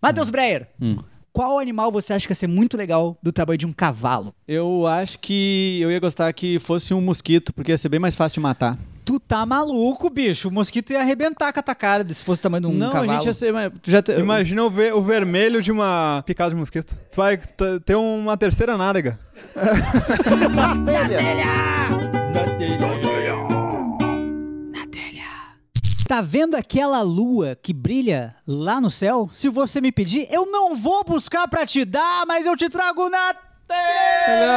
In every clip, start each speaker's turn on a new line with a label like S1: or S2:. S1: Matheus Breyer, qual animal você acha que ia ser muito legal do tamanho de um cavalo?
S2: Eu acho que eu ia gostar que fosse um mosquito, porque ia ser bem mais fácil de matar.
S1: Tu tá maluco, bicho. O mosquito ia arrebentar com a tua cara se fosse o tamanho de um
S2: não,
S1: cavalo.
S2: a gente ia ser. mas tu Já te-
S3: Imagina o, ver- o vermelho de uma picada de mosquito. Tu vai t- ter uma terceira nádega.
S1: Tá vendo aquela lua que brilha lá no céu? Se você me pedir, eu não vou buscar pra te dar, mas eu te trago na telha!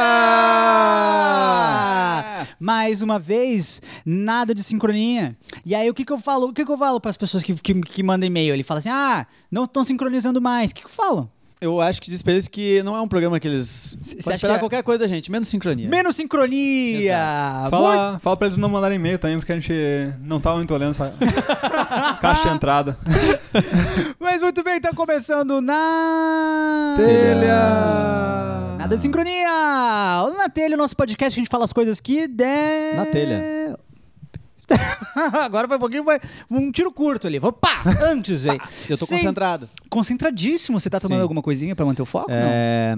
S1: Mais uma vez, nada de sincronia. E aí, o que que eu falo? O que que eu falo pras pessoas que, que, que mandam e-mail? Ele fala assim, ah, não estão sincronizando mais. O que que eu falo?
S2: Eu acho que diz pra eles que não é um programa que eles.
S1: cê
S2: Pode
S1: acha
S2: esperar
S1: que é-
S2: qualquer coisa da gente, menos sincronia.
S1: Menos sincronia! Muito-
S3: Fala, fala pra eles não mandarem e-mail também, porque a gente não tá muito olhando essa caixa de entrada.
S1: Mas muito bem, então começando na...
S3: Telha!
S1: Nada de sincronia! O Na telha, o nosso podcast que a gente fala as coisas que der.
S2: Na telha.
S1: Agora foi um pouquinho, foi um tiro curto ali. Vou pá! Antes, velho.
S2: Eu tô
S1: Sem-
S2: concentrado.
S1: Concentradíssimo. Você tá tomando
S2: Sim.
S1: alguma coisinha pra manter o foco? Não.
S2: É.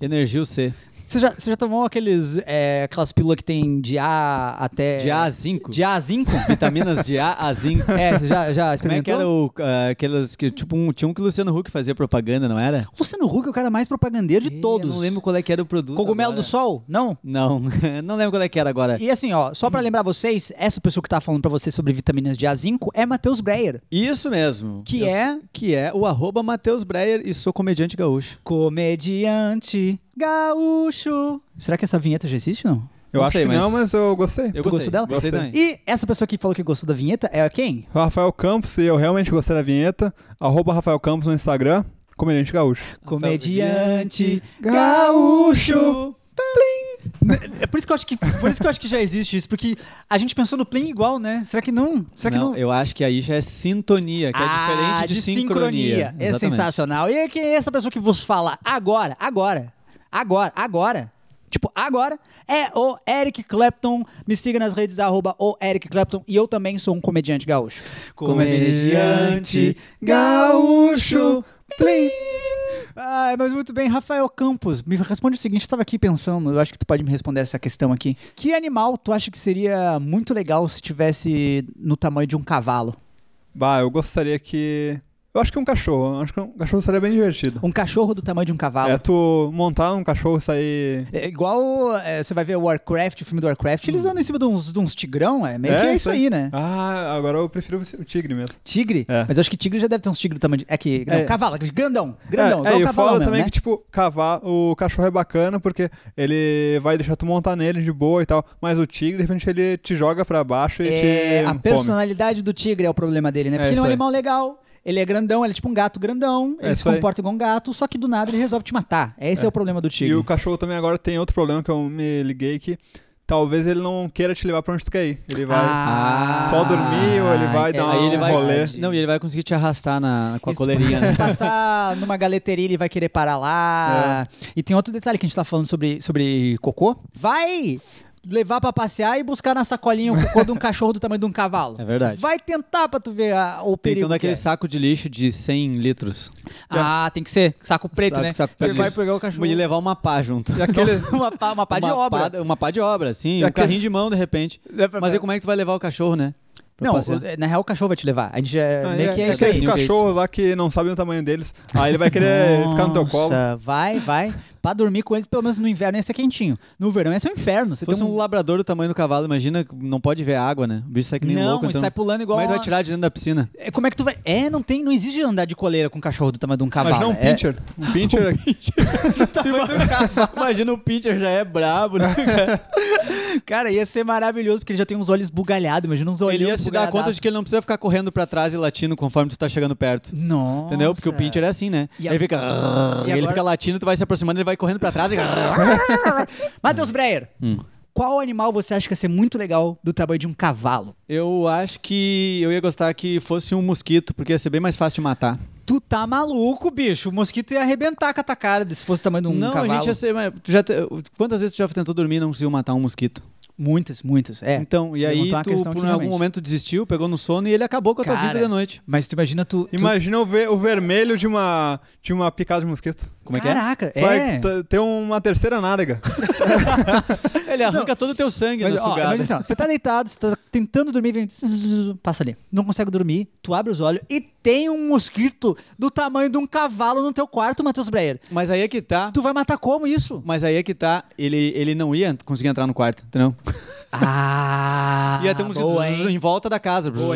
S2: Energia C.
S1: Você já, você já tomou aqueles, é, aquelas pílulas que tem de A até.
S2: De A a zinco.
S1: É. De A a zinco?
S2: Vitaminas de A a zinco.
S1: é, você já, já
S2: Como é que
S1: experimentou?
S2: era o, ah, aquelas que, tipo, um, tinha um que o Luciano Huck fazia propaganda, não era?
S1: Luciano Huck é o cara mais propagandeiro de todos.
S2: Eu não lembro qual é que era o produto.
S1: Cogumelo
S2: agora.
S1: do Sol? Não?
S2: Não, não lembro qual é que era agora.
S1: E assim, ó, só pra lembrar vocês, essa pessoa que tá falando pra vocês sobre vitaminas de A zinco é Matheus Breyer.
S2: Isso mesmo.
S1: Que
S2: Eu-
S1: é?
S2: Que é o arroba Matheus Breyer e sou comediante gaúcho.
S1: Comediante gaúcho. Será que essa vinheta já existe, não?
S3: Eu
S2: Não
S3: acho
S2: sei,
S3: que
S2: mas-
S3: não, mas eu gostei.
S2: Eu
S1: Tu
S2: gostei,
S1: gostou dela?
S2: Gostei
S3: Gostei.
S2: também.
S1: E essa pessoa que falou que gostou da vinheta é quem?
S3: Rafael Campos, e eu realmente gostei da vinheta. Arroba Rafael Campos no Instagram, comediante gaúcho.
S1: Comediante gaúcho.
S2: Gaúcho!
S1: É por isso que eu acho que, por isso que, eu acho que já existe isso, porque a gente pensou no Plim igual, né? Será que não? Será que não?
S2: não, eu acho que aí já é sintonia, que é diferente
S1: Ah,
S2: de, sincronia.
S1: É
S2: Exatamente.
S1: sensacional. E é que essa pessoa que vos fala agora, agora, agora, agora. Tipo, agora é o Eric Clapton. Me siga nas redes, arroba o Eric Clapton. E eu também sou um comediante gaúcho.
S2: Comediante gaúcho,
S1: Plim. Ah, mas muito bem, Rafael Campos, me responde o seguinte, eu tava aqui pensando, eu acho que tu pode me responder essa questão aqui. Que animal tu acha que seria muito legal se tivesse no tamanho de um cavalo?
S3: Bah, eu gostaria que. Eu acho que um cachorro. eu Acho que um cachorro seria bem divertido.
S1: Um cachorro do tamanho de um cavalo?
S3: É tu montar um cachorro e sair.
S1: É igual é, você vai ver o Warcraft, o filme do Warcraft, eles andam em cima de uns, de uns tigrão, é meio
S3: Hum. É,
S1: que é
S3: isso
S1: isso aí, né?
S3: Ah, agora eu prefiro o tigre mesmo.
S1: Tigre?
S3: É.
S1: Mas eu acho que tigre já deve ter uns tigre do tamanho de. É que. Não,
S3: É.
S1: cavalo, grandão. Grandão.
S3: é,
S1: igual
S3: é, e
S1: o cavalo
S3: fora
S1: mesmo,
S3: também
S1: né?
S3: que, tipo, cavar, o cachorro é bacana porque ele vai deixar tu montar nele de boa e tal, mas o tigre, de repente, ele te joga pra baixo e
S1: É,
S3: te
S1: a
S3: come.
S1: personalidade do tigre é o problema dele, né? Porque
S3: É
S1: ele é um
S3: isso aí.
S1: animal legal. Ele é grandão, ele é tipo um gato grandão,
S3: É
S1: ele se
S3: isso aí.
S1: comporta igual um gato, só que do nada ele resolve te matar. Esse é, o problema do tigre.
S3: E o cachorro também agora tem outro problema que eu me liguei que talvez ele não queira te levar pra onde tu quer ir. Ele vai
S1: Ah,
S3: só dormir ou ele vai
S1: é,
S3: dar
S2: Aí
S3: um
S2: ele vai,
S3: rolê.
S2: Não, e ele vai conseguir te arrastar na, com a
S1: Isso,
S2: coleirinha,
S1: porque Se
S2: né?
S1: tu passar numa galeteria, ele vai querer parar lá.
S2: É.
S1: E tem outro detalhe que a gente tá falando sobre, sobre cocô. Vai levar pra passear e buscar na sacolinha o cocô de um cachorro do tamanho de um cavalo.
S2: É verdade.
S1: Vai tentar pra tu ver a- o perigo.
S2: Então daquele
S1: que é.
S2: saco de lixo de 100 litros.
S1: Ah, tem que ser saco preto,
S2: Saco-
S1: né?
S2: saco
S1: Você
S2: preto
S1: vai
S2: lixo.
S1: pegar o cachorro.
S2: E levar uma pá junto.
S3: E aquele,
S1: uma, pá, uma pá de
S2: uma
S1: obra. É
S2: Pá, uma pá de obra, sim.
S3: E
S2: um
S3: aquele-
S2: carrinho de mão, de repente.
S3: É pra-
S2: Mas aí como é que tu vai levar o cachorro, né? Pra
S1: Não,
S2: passear.
S1: o- na real o cachorro vai te levar. A gente já,
S3: Ah,
S1: meio que é,
S3: é
S1: isso aí.
S3: aqueles cachorros lá que não sabem o tamanho deles. Aí ele vai querer ficar no teu colo.
S1: Nossa, vai, vai. Pra dormir com eles, pelo menos no inverno ia ser quentinho. No verão ia ser um inferno. Você
S2: Se fosse
S1: tem
S2: um labrador do tamanho do cavalo, imagina, não pode ver água, né? O bicho sai que nem
S1: Não,
S2: louco.
S1: mas
S2: então...
S1: sai pulando igual
S2: Como é que tu
S1: a-
S2: vai tirar de dentro da piscina?
S1: É, Como é que tu vai. É, não tem, não existe andar de coleira com um cachorro do tamanho de um cavalo.
S3: Imagina um
S1: É-
S3: pincher. Um pincher aqui.
S1: um
S2: imagina o Pinter já é brabo, né?
S1: Cara, ia ser maravilhoso, porque ele já tem uns olhos bugalhados. Imagina uns olhos.
S2: Ele ia se dar conta de que ele não precisa ficar correndo pra trás e latindo conforme tu tá chegando perto.
S1: Nossa.
S2: Entendeu? Porque o Pinter é assim, né?
S1: E
S2: Aí ele
S1: a-
S2: fica. "Ah",
S1: E
S2: e ele
S1: agora-
S2: fica latindo, tu vai se aproximando, ele vai correndo pra trás e. "Ah".
S1: Matheus Breyer,
S2: é- Hum.
S1: qual animal você acha que ia ser muito legal do tamanho de um cavalo?
S2: Eu acho que eu ia gostar que fosse um mosquito, porque ia ser bem mais fácil de matar.
S1: Tu tá maluco, bicho. O mosquito ia arrebentar com a tua cara se fosse o tamanho de um
S2: não,
S1: cavalo.
S2: a gente ia ser. mas tu já te- Quantas vezes tu já tentou dormir e não conseguiu matar um mosquito?
S1: Muitas, muitas. É.
S2: Então, e
S1: Você
S2: aí
S1: levantou uma
S2: tu
S1: questão
S2: por
S1: aqui,
S2: algum
S1: realmente.
S2: momento desistiu, pegou no sono e ele acabou com a tua
S1: Cara,
S2: vida de noite.
S1: Mas tu imagina tu. tu-
S3: Imagina o, ver, o vermelho de uma, de uma picada de mosquito.
S2: Como é que é?
S1: Caraca, é.
S3: Vai t- ter uma terceira nádega.
S2: Ele arranca todo o teu sangue
S1: Mas,
S2: na
S1: ó,
S2: sugada.
S1: mas assim, ó, você tá deitado, você tá tentando dormir, vem. Passa ali. Não consegue dormir, tu abre os olhos e tem um mosquito do tamanho de um cavalo no teu quarto, Matheus Breyer.
S2: Mas aí é que tá.
S1: Tu vai matar como isso?
S2: Mas aí é que tá. Ele, ele não ia conseguir entrar no quarto, entendeu?
S1: Ah!
S2: ia ter um mosquito
S1: boa, hein?
S2: em volta da casa.
S1: Boa.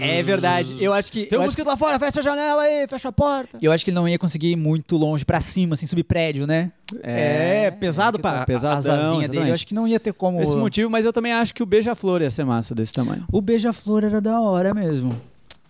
S1: É verdade. Eu acho que.
S2: Tem
S1: eu
S2: um
S1: acho,
S2: mosquito lá fora, fecha a janela aí, fecha a porta.
S1: eu acho que ele não ia conseguir ir muito longe, pra cima, assim, subir prédio, né?
S2: É,
S1: É, pesado
S2: é que tá,
S1: pra
S2: pesadão,
S1: as asinhas dele.
S2: exatamente.
S1: Eu acho que não ia ter como.
S2: Esse motivo, mas eu também acho que o beija-flor ia ser massa desse tamanho.
S1: O beija-flor era da hora mesmo.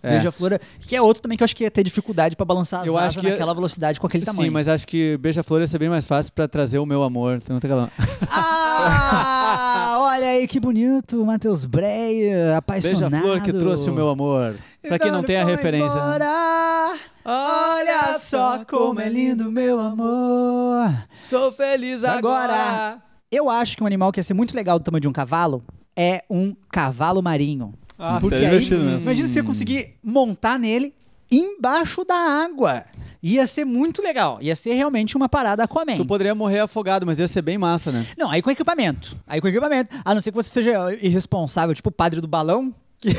S2: É.
S1: Beija-flor, é- que é outro também que eu acho que ia ter dificuldade pra balançar as
S2: Eu
S1: asas
S2: acho que- é-
S1: naquela velocidade com aquele tamanho.
S2: Sim, mas acho que beija-flor ia ser bem mais fácil pra trazer o meu amor. Então, não tem aquela-
S1: Ah, olha aí que bonito, Matheus Breia, apaixonado.
S2: Beija-flor que trouxe o meu amor. Pra quem
S1: Então
S2: não tem a
S1: ele foi
S2: referência. né?
S1: embora. Olha só como é lindo meu amor.
S2: Sou feliz
S1: Agora.
S2: agora.
S1: Eu acho que um animal que ia ser muito legal do tamanho de um cavalo é um cavalo marinho.
S3: Ah,
S1: Porque
S3: seria
S1: aí,
S3: divertido mesmo.
S1: imagina se eu conseguir montar nele embaixo da água. Ia ser muito legal. Ia ser realmente uma parada Aquaman.
S2: Tu poderia morrer afogado, mas ia ser bem massa, né?
S1: Não, aí com equipamento. Aí com equipamento. A não ser que você seja irresponsável, tipo o padre do balão, que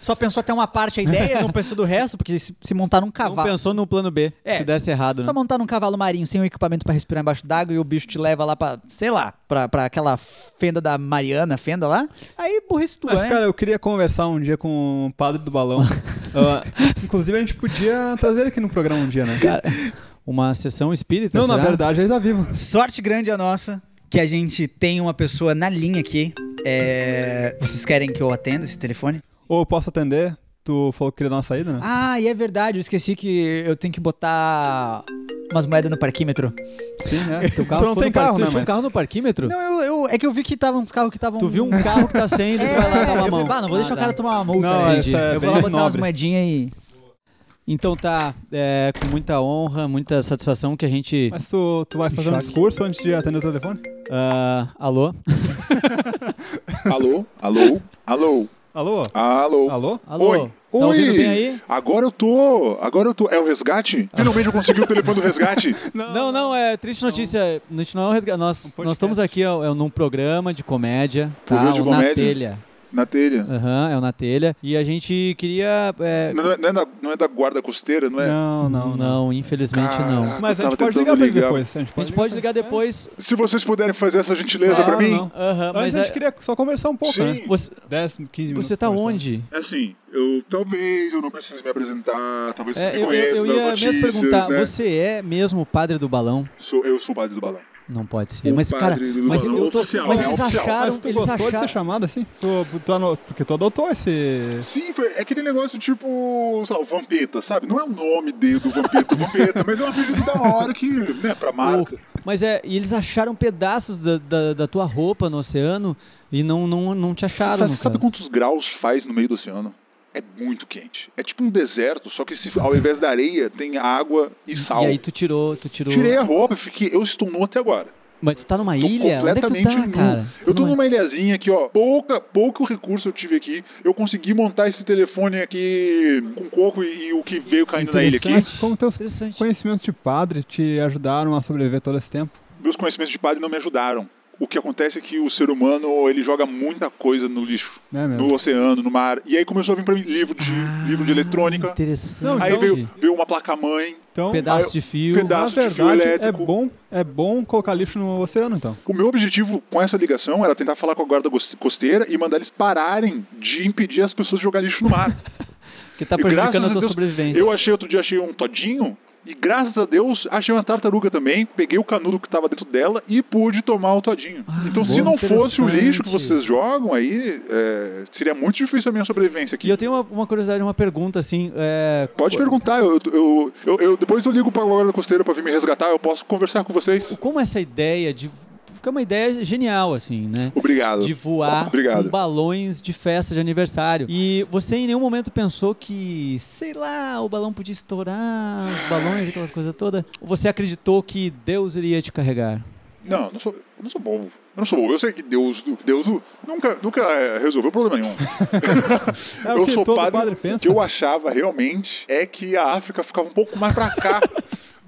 S1: só pensou até uma parte a ideia, não pensou do resto, porque se, se montar num
S2: Não
S1: cavalo.
S2: pensou no plano B,
S1: É,
S2: se desse errado, né?
S1: Só montar num cavalo marinho sem o equipamento pra respirar embaixo d'água e o bicho te leva lá pra, sei lá, pra, pra aquela fenda da Mariana, fenda lá. Aí burrice tua,
S3: Mas,
S1: né?
S3: cara, eu queria conversar um dia com o padre do balão. Ah, inclusive, a gente podia trazer ele aqui no programa um dia, né?
S2: Tá Uma sessão espírita,
S3: Não, na
S2: será?
S3: verdade, ele tá vivo.
S1: Sorte grande a nossa que a gente tem uma pessoa na linha aqui. É, Vocês querem que eu atenda esse telefone?
S3: Ou eu posso atender? Tu falou que queria dar uma saída, né?
S1: Ah, e é verdade, eu esqueci que eu tenho que botar umas moedas no parquímetro.
S3: Sim, é.
S2: Teu carro
S3: tu não
S2: foi
S3: tem
S2: no par-
S3: carro,
S2: tu
S3: né?
S2: deixou
S3: Mas...
S2: um carro no parquímetro?
S1: Não, eu, eu- é que eu vi que tava uns carros que estavam.
S2: Tu viu um carro que tá sem e tu vai lá dar
S1: É, eu
S2: uma
S1: falei,
S2: mão.
S1: "Bah, não vou deixar
S2: Ah,
S1: o cara
S2: tá.
S1: tomar uma multa.
S3: Não,
S1: né?"
S3: essa é
S1: eu
S3: bem
S1: vou lá botar umas
S3: nobre.
S1: moedinhas e.
S2: Então tá, é, com muita honra, muita satisfação que a gente...
S3: Mas tu, tu vai fazer um
S2: Choque.
S3: discurso antes de atender o telefone?
S2: ah, alô?
S4: Alô? Alô? Alô?
S3: Alô?
S4: Alô?
S3: Alô?
S2: Alô?
S4: Oi.
S2: Tá
S4: Oi.
S2: ouvindo bem aí? Ah.
S4: Agora eu tô! Agora eu tô! É o resgate? Finalmente eu consegui o telefone do resgate!
S2: Não, não, é triste notícia. A gente não é um resga- Nós,
S3: podcast.
S2: nós estamos aqui ó, é, num programa de comédia, tá?
S4: Programa de
S2: o Na
S4: comédia?
S2: Telha.
S4: Na telha.
S2: Aham, é o Na Telha. E a gente queria... é,
S4: Não, não é, não é da, não é da guarda costeira, não é?
S3: Não, não, não.
S2: infelizmente
S4: Cara.
S2: não.
S3: Hum. Mas a gente
S4: Eu tava
S3: pode
S4: tentando
S3: ligar pra ele
S4: ligar.
S3: depois. A gente
S2: A gente pode ligar
S3: pra-
S2: depois.
S4: Se vocês puderem fazer essa
S2: Ah,
S4: gentileza pra
S3: Claro,
S4: mim.
S3: não.
S2: Aham,
S3: Antes
S2: mas
S3: a
S2: é-
S3: gente queria só conversar um pouco,
S4: Sim.
S3: né?
S2: você,
S3: 10, 15 minutos.
S2: você tá
S3: conversando.
S2: onde?
S4: É assim, eu talvez eu não precise me apresentar, talvez vocês
S2: É,
S4: me
S2: eu, eu- eu
S4: conheçam das
S2: ia
S4: notícias,
S2: mesmo perguntar,
S4: né?
S2: você é mesmo o padre do balão?
S4: Sou, eu sou o padre do balão.
S2: Não pode ser.
S4: O
S2: mas, cara,
S4: padre do
S2: mas,
S4: balão
S2: eu tô-
S4: oficial,
S2: mas
S4: é
S2: eles
S4: oficial.
S2: acharam.
S3: Mas tu
S2: eles
S3: gostou de
S2: acharam.
S3: ser chamado assim? Tu, tu ano- Porque tu adotou esse...
S4: Sim, foi- é aquele negócio tipo, sei lá, o Vampeta, sabe? Não é o nome dele do Vampeta, Vampeta, mas é um apelido da hora que, né, pra marca.
S2: o- mas é, e eles acharam pedaços da, da- da tua roupa no oceano e não, não, não te acharam. né,
S4: Sabe,
S2: no
S4: sabe
S2: caso.
S4: quantos graus faz no meio do oceano? É muito quente. É tipo um deserto, só que se, ao invés da areia tem água e sal.
S2: E aí tu tirou, tu tirou.
S4: Tirei a roupa e fiquei. Eu estou nu até agora.
S2: Mas tu tá numa
S4: Tô
S2: ilha? Onde é que tu
S4: completamente
S2: tá,
S4: nu.
S2: cara? Você
S4: Eu tô
S2: não é-
S4: numa ilhazinha aqui, ó. Pouca, pouco recurso eu tive aqui. Eu consegui montar esse telefone aqui com coco e, e o que veio caindo na ilha aqui.
S2: Interessante.
S3: Mas como teus
S2: Interessante.
S3: conhecimentos de padre te ajudaram a sobreviver todo esse tempo?
S4: Meus conhecimentos de padre não me ajudaram. O que acontece é que o ser humano ele joga muita coisa no lixo,
S3: Né, meu?
S4: no oceano, no mar. E aí começou a vir pra mim livro de livro de
S2: É. Ah,
S4: eletrônica.
S2: Interessante.
S3: Não,
S4: Aí
S3: então-
S4: veio, veio uma placa-mãe,
S3: Então,
S2: Pedaço
S4: Ah,
S2: de fio.
S4: pedaço.
S3: na
S4: de fio
S3: verdade, é
S4: elétrico.
S3: bom, é bom colocar lixo no oceano, então.
S4: O meu objetivo com essa ligação era tentar falar com a guarda gos- costeira e mandar eles pararem de impedir as pessoas de jogar lixo no mar.
S2: Que tá
S4: E
S2: prejudicando
S4: graças
S2: a
S4: a
S2: tua
S4: Deus,
S2: sobrevivência.
S4: Eu achei outro dia achei um todinho e graças a Deus achei uma tartaruga também, peguei o canudo que estava dentro dela e pude tomar o todinho.
S2: Ah,
S4: então se
S2: boa,
S4: não fosse o lixo que
S2: interessante.
S4: vocês jogam aí, é, seria muito difícil a minha
S2: E
S4: sobrevivência aqui.
S2: eu tenho uma, uma curiosidade, uma pergunta assim. é,
S4: Pode perguntar, eu, eu- eu- eu- depois eu ligo para a guarda costeira para vir me resgatar, eu posso conversar com vocês.
S2: Como essa ideia de. Porque é uma ideia genial, assim, né?
S4: Obrigado.
S2: De voar
S4: Obrigado.
S2: com balões de festa de aniversário. E você em nenhum momento pensou que, sei lá, o balão podia estourar, os balões, aquelas coisas todas. Ou você acreditou que Deus iria te carregar?
S4: Não, eu não sou, eu não sou bobo. Eu não sou bobo. Eu sei que Deus, Deus nunca, nunca eh, resolveu problema nenhum.
S3: É o que todo padre pensa.
S4: O que eu achava realmente é que a África ficava um pouco mais pra cá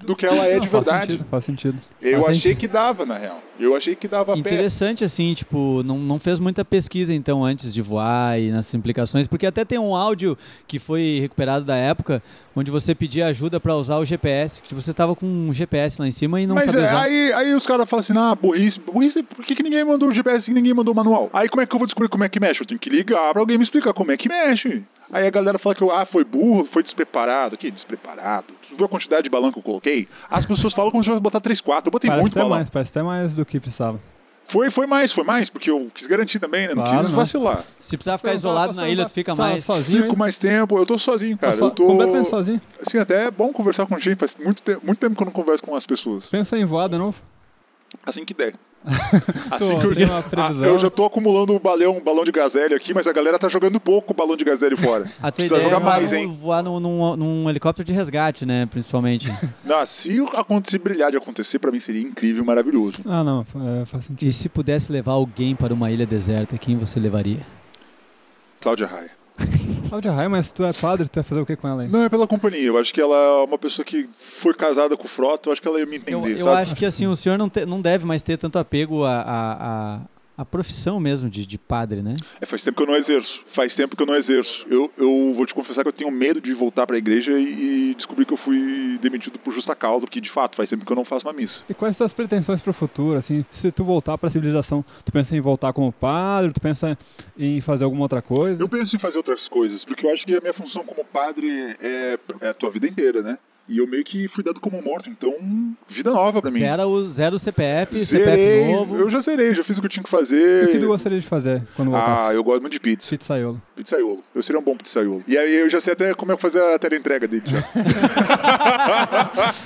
S4: do que ela é de
S3: Faz
S4: verdade.
S3: sentido, faz sentido.
S4: Eu
S2: Faz
S4: achei
S2: sentido.
S4: que dava, na real. Eu achei que dava pé.
S2: Interessante, assim, tipo, não, não fez muita pesquisa, então, antes de voar e nas implicações, porque até tem um áudio que foi recuperado da época, onde você pedia ajuda pra usar o GPS, que tipo, você tava com um GPS lá em cima e não
S4: Mas
S2: sabia
S4: é,
S2: usar.
S4: aí, aí os caras falam assim, ah, burrice, burrice, por que, que ninguém mandou um o GPS e ninguém mandou o manual? Aí como é que eu vou descobrir como é que mexe? Eu tenho que ligar pra alguém me explicar como é que mexe. Aí a galera fala que eu, ah, foi burro, foi despreparado. Que despreparado? Tu viu a quantidade de balão que eu coloquei? As pessoas falam como se eu botar 3, 4. Eu botei
S3: parece
S4: muito
S3: até
S4: balão.
S3: mais, parece até mais do que precisava.
S4: Foi, foi mais, foi mais, porque eu quis garantir também, né? Não
S3: Claro,
S4: quis
S3: né?
S4: vacilar.
S2: Se precisar ficar
S4: um
S3: Tá,
S2: isolado
S3: tá,
S2: na
S3: tá,
S2: ilha,
S3: tá,
S2: tu fica
S3: tá
S2: mais.
S3: sozinho,
S4: Fico
S3: hein?
S4: mais tempo, eu tô sozinho, cara.
S3: Só-
S4: eu tô.
S3: Completamente sozinho.
S4: Assim, até é bom conversar com gente, faz muito, te... muito tempo que eu não converso com as pessoas.
S3: Pensa em voar de novo.
S4: Assim que der.
S3: Tô,
S4: eu,
S3: tem uma
S4: Ah, eu
S3: previsão.
S4: já tô acumulando um balão, um balão de gazélio aqui, mas a galera tá jogando pouco o balão de gazélio fora.
S2: A tua
S4: Precisa
S2: ideia é
S4: jogar
S2: voar,
S4: mais,
S2: num-
S4: hein?
S2: voar num, num- num helicóptero de resgate, né? Principalmente.
S4: Não, se acontecer brilhar de acontecer, pra mim seria incrível, maravilhoso.
S3: Ah, não, fa- é, faz sentido.
S2: e se pudesse levar alguém para uma ilha deserta, quem você levaria?
S4: Cláudia Raia.
S3: Cláudia Raia, mas tu é padre, tu vai fazer o que com ela aí?
S4: Não é pela companhia, eu acho que ela é uma pessoa que foi casada com o Frota, eu acho que ela ia me
S2: Eu,
S4: entender,
S2: eu
S4: sabe?
S2: acho que assim, o senhor não, te- não deve mais ter tanto apego à- à, à, à profissão mesmo de, de padre, né?
S4: É, faz tempo que eu não exerço. Faz tempo que eu não exerço. Eu, eu vou te confessar que eu tenho medo de voltar pra igreja e, e descobrir que eu fui demitido por justa causa, porque de fato faz tempo que eu não faço uma missa.
S3: E quais são as pretensões pro futuro, assim, se tu voltar pra civilização, tu pensa em voltar como padre, tu pensa em fazer alguma outra coisa?
S4: Eu penso em fazer outras coisas, porque eu acho que a minha função como padre é, é a tua vida inteira, né? E eu meio que fui dado como morto, então vida nova pra mim.
S2: Zero, o- zero o CPF,
S4: Zerei,
S2: CPF é novo.
S4: eu já zerei, já fiz o que eu tinha que fazer.
S3: O que tu gostaria de fazer quando voltasse?
S4: ah, eu gosto muito de pizza.
S3: Pizzaiolo.
S4: Pizzaiolo. Eu seria um bom pizzaiolo. E aí eu já sei até como é que fazer a teleentrega dele já.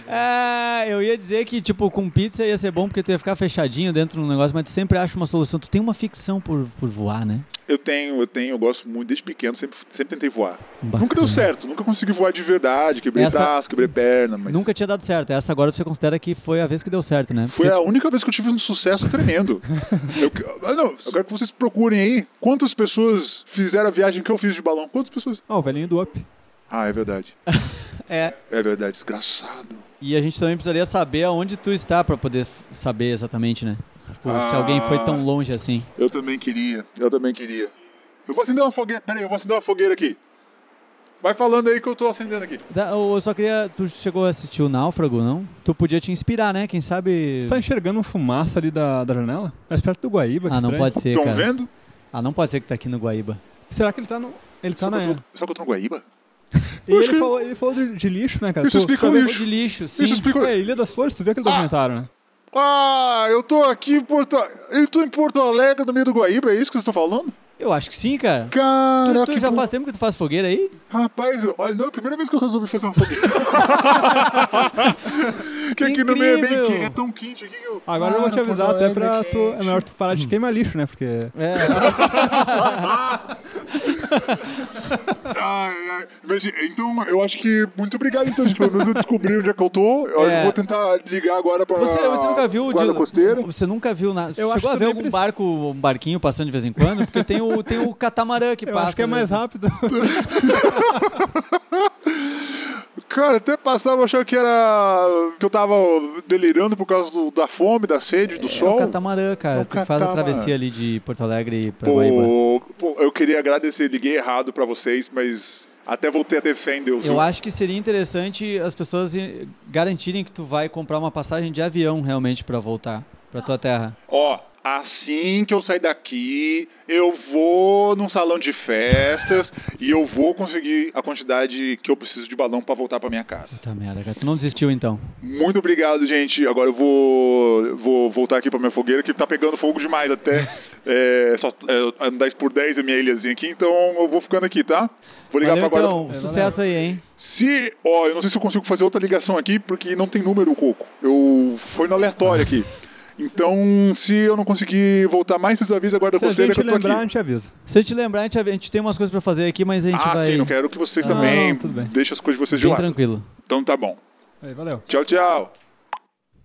S2: É, eu ia dizer que, tipo, com pizza ia ser bom porque tu ia ficar fechadinho dentro de um negócio, mas tu sempre acha uma solução. Tu tem uma ficção por, por voar, né?
S4: Eu tenho, eu tenho, eu gosto muito, desde pequeno, sempre, sempre tentei voar.
S2: Um Bacana.
S4: Nunca deu certo, nunca consegui voar de verdade, quebrei
S2: Essa-
S4: braço, quebrei perna, mas.
S2: Nunca tinha dado certo. Essa agora você considera que foi a vez que deu certo, né?
S4: Foi a única vez que eu tive um sucesso tremendo. eu, ah, não, eu quero que vocês procurem aí quantas pessoas fizeram a viagem que eu fiz de balão. Quantas pessoas.
S3: Ah, o velhinho do Up.
S4: Ah, é verdade.
S2: É.
S4: É verdade, desgraçado.
S2: E a gente também precisaria saber aonde tu está pra poder f- saber exatamente, né? Tipo, se
S4: Ah.
S2: alguém foi tão longe assim.
S4: Eu também queria, eu também queria. Eu vou acender uma fogueira, peraí, eu vou acender uma fogueira aqui. Vai falando aí que eu tô acendendo aqui.
S2: Da- Eu só queria. Tu chegou a assistir o Náufrago, não? Tu podia te inspirar, né? Quem sabe.
S3: Tu tá enxergando fumaça ali da, da janela? Parece perto do Guaíba, que
S2: Ah, não
S3: estranho.
S2: pode ser,
S4: Estão
S2: cara.
S4: vendo?
S2: Ah, não pode ser que tá aqui no Guaíba.
S3: Será que ele tá no... Ele tá
S4: Só que
S3: na...
S4: eu tô- Só que eu tô no Guaíba?
S3: E
S4: Eu acho
S3: ele
S4: que-
S3: falou, ele falou de, de lixo, né, cara?
S4: Isso
S3: Tu-
S4: explica
S3: tu
S4: o
S3: lembra-
S2: Ou de lixo,
S4: Isso
S2: sim.
S4: explica.
S3: É, Ilha das Flores, tu viu aquele documentário, né?
S4: Ah, eu tô aqui em Porto Eu tô em Porto Alegre, no meio do Guaíba, é isso que vocês estão falando?
S2: Eu acho que sim, cara. Tu-
S4: Caraca,
S2: tu,
S4: que
S2: já
S4: bom.
S2: faz tempo que tu faz fogueira aí?
S4: rapaz, olha, não é a primeira vez que eu resolvi fazer uma fogueira. que aqui no meio é bem
S2: Incrível.
S4: quente, é tão quente aqui que eu...
S3: Agora eu
S4: Ah,
S3: vou te
S4: no
S3: avisar
S4: Porto
S3: até
S4: Alegre
S3: pra
S4: é
S3: tu. É
S4: quente.
S3: melhor tu parar
S2: Hum.
S3: de queimar lixo, né? Porque.
S4: Ah,
S2: É.
S4: Ai, ai. Mas, então, eu acho que. Muito obrigado, então, gente. Pelo menos eu descobri onde é que eu tô. Eu
S2: É.
S4: vou tentar ligar agora pra.
S2: Você, você nunca viu o
S4: Guarda
S2: de-
S4: Costeira.
S2: Você nunca viu nada.
S3: Eu acho que
S2: Chegou a ver
S3: também
S2: algum
S3: precisa-
S2: barco, um barquinho passando de vez em quando? Porque tem o, tem o catamarã que
S3: Eu
S2: passa.
S3: acho que é mais
S2: né?
S3: rápido.
S4: Cara, até passava eu achava que era. que eu tava delirando por causa do- da fome, da sede, do
S2: É
S4: sol.
S2: o catamarã, cara.
S4: É o
S2: tu faz a
S4: catamarã.
S2: travessia ali de Porto Alegre pra Guaíba.
S4: Pô, pô, eu queria agradecer, liguei errado pra vocês, mas até voltei a ter fé em Deus.
S2: Eu
S4: viu?
S2: acho que seria interessante as pessoas i- garantirem que tu vai comprar uma passagem de avião realmente pra voltar pra tua terra.
S4: Ó, assim que eu sair daqui, eu vou num salão de festas e eu vou conseguir a quantidade que eu preciso de balão pra voltar pra minha casa.
S2: Puta Tá merda, cara. Tu não desistiu então.
S4: Muito obrigado, gente. Agora eu vou, vou voltar aqui pra minha fogueira que tá pegando fogo demais até. É, só é, 10 por 10 a minha ilhazinha aqui, então eu vou ficando aqui, tá? Vou ligar
S2: Valeu,
S4: pra guarda.
S3: É,
S2: então. Sucesso aí, hein?
S4: Se. Ó, eu não sei se eu consigo fazer outra ligação aqui, porque não tem número o coco. Eu. Foi no aleatório aqui. Então, se eu não conseguir voltar mais, vocês avisam a guarda
S3: Se a
S4: costeira
S3: gente
S4: que eu tô
S3: lembrar, a
S4: aqui.
S3: gente avisa.
S2: Se eu te lembrar, a gente, a gente tem umas coisas pra fazer aqui, mas a gente
S4: Ah,
S2: vai.
S4: sim, não quero que vocês
S3: Não,
S4: também
S3: não, tudo bem.
S4: deixem as coisas de vocês de
S2: Bem
S4: lado.
S2: tranquilo.
S4: Então tá bom.
S3: Aí, valeu.
S4: Tchau, tchau.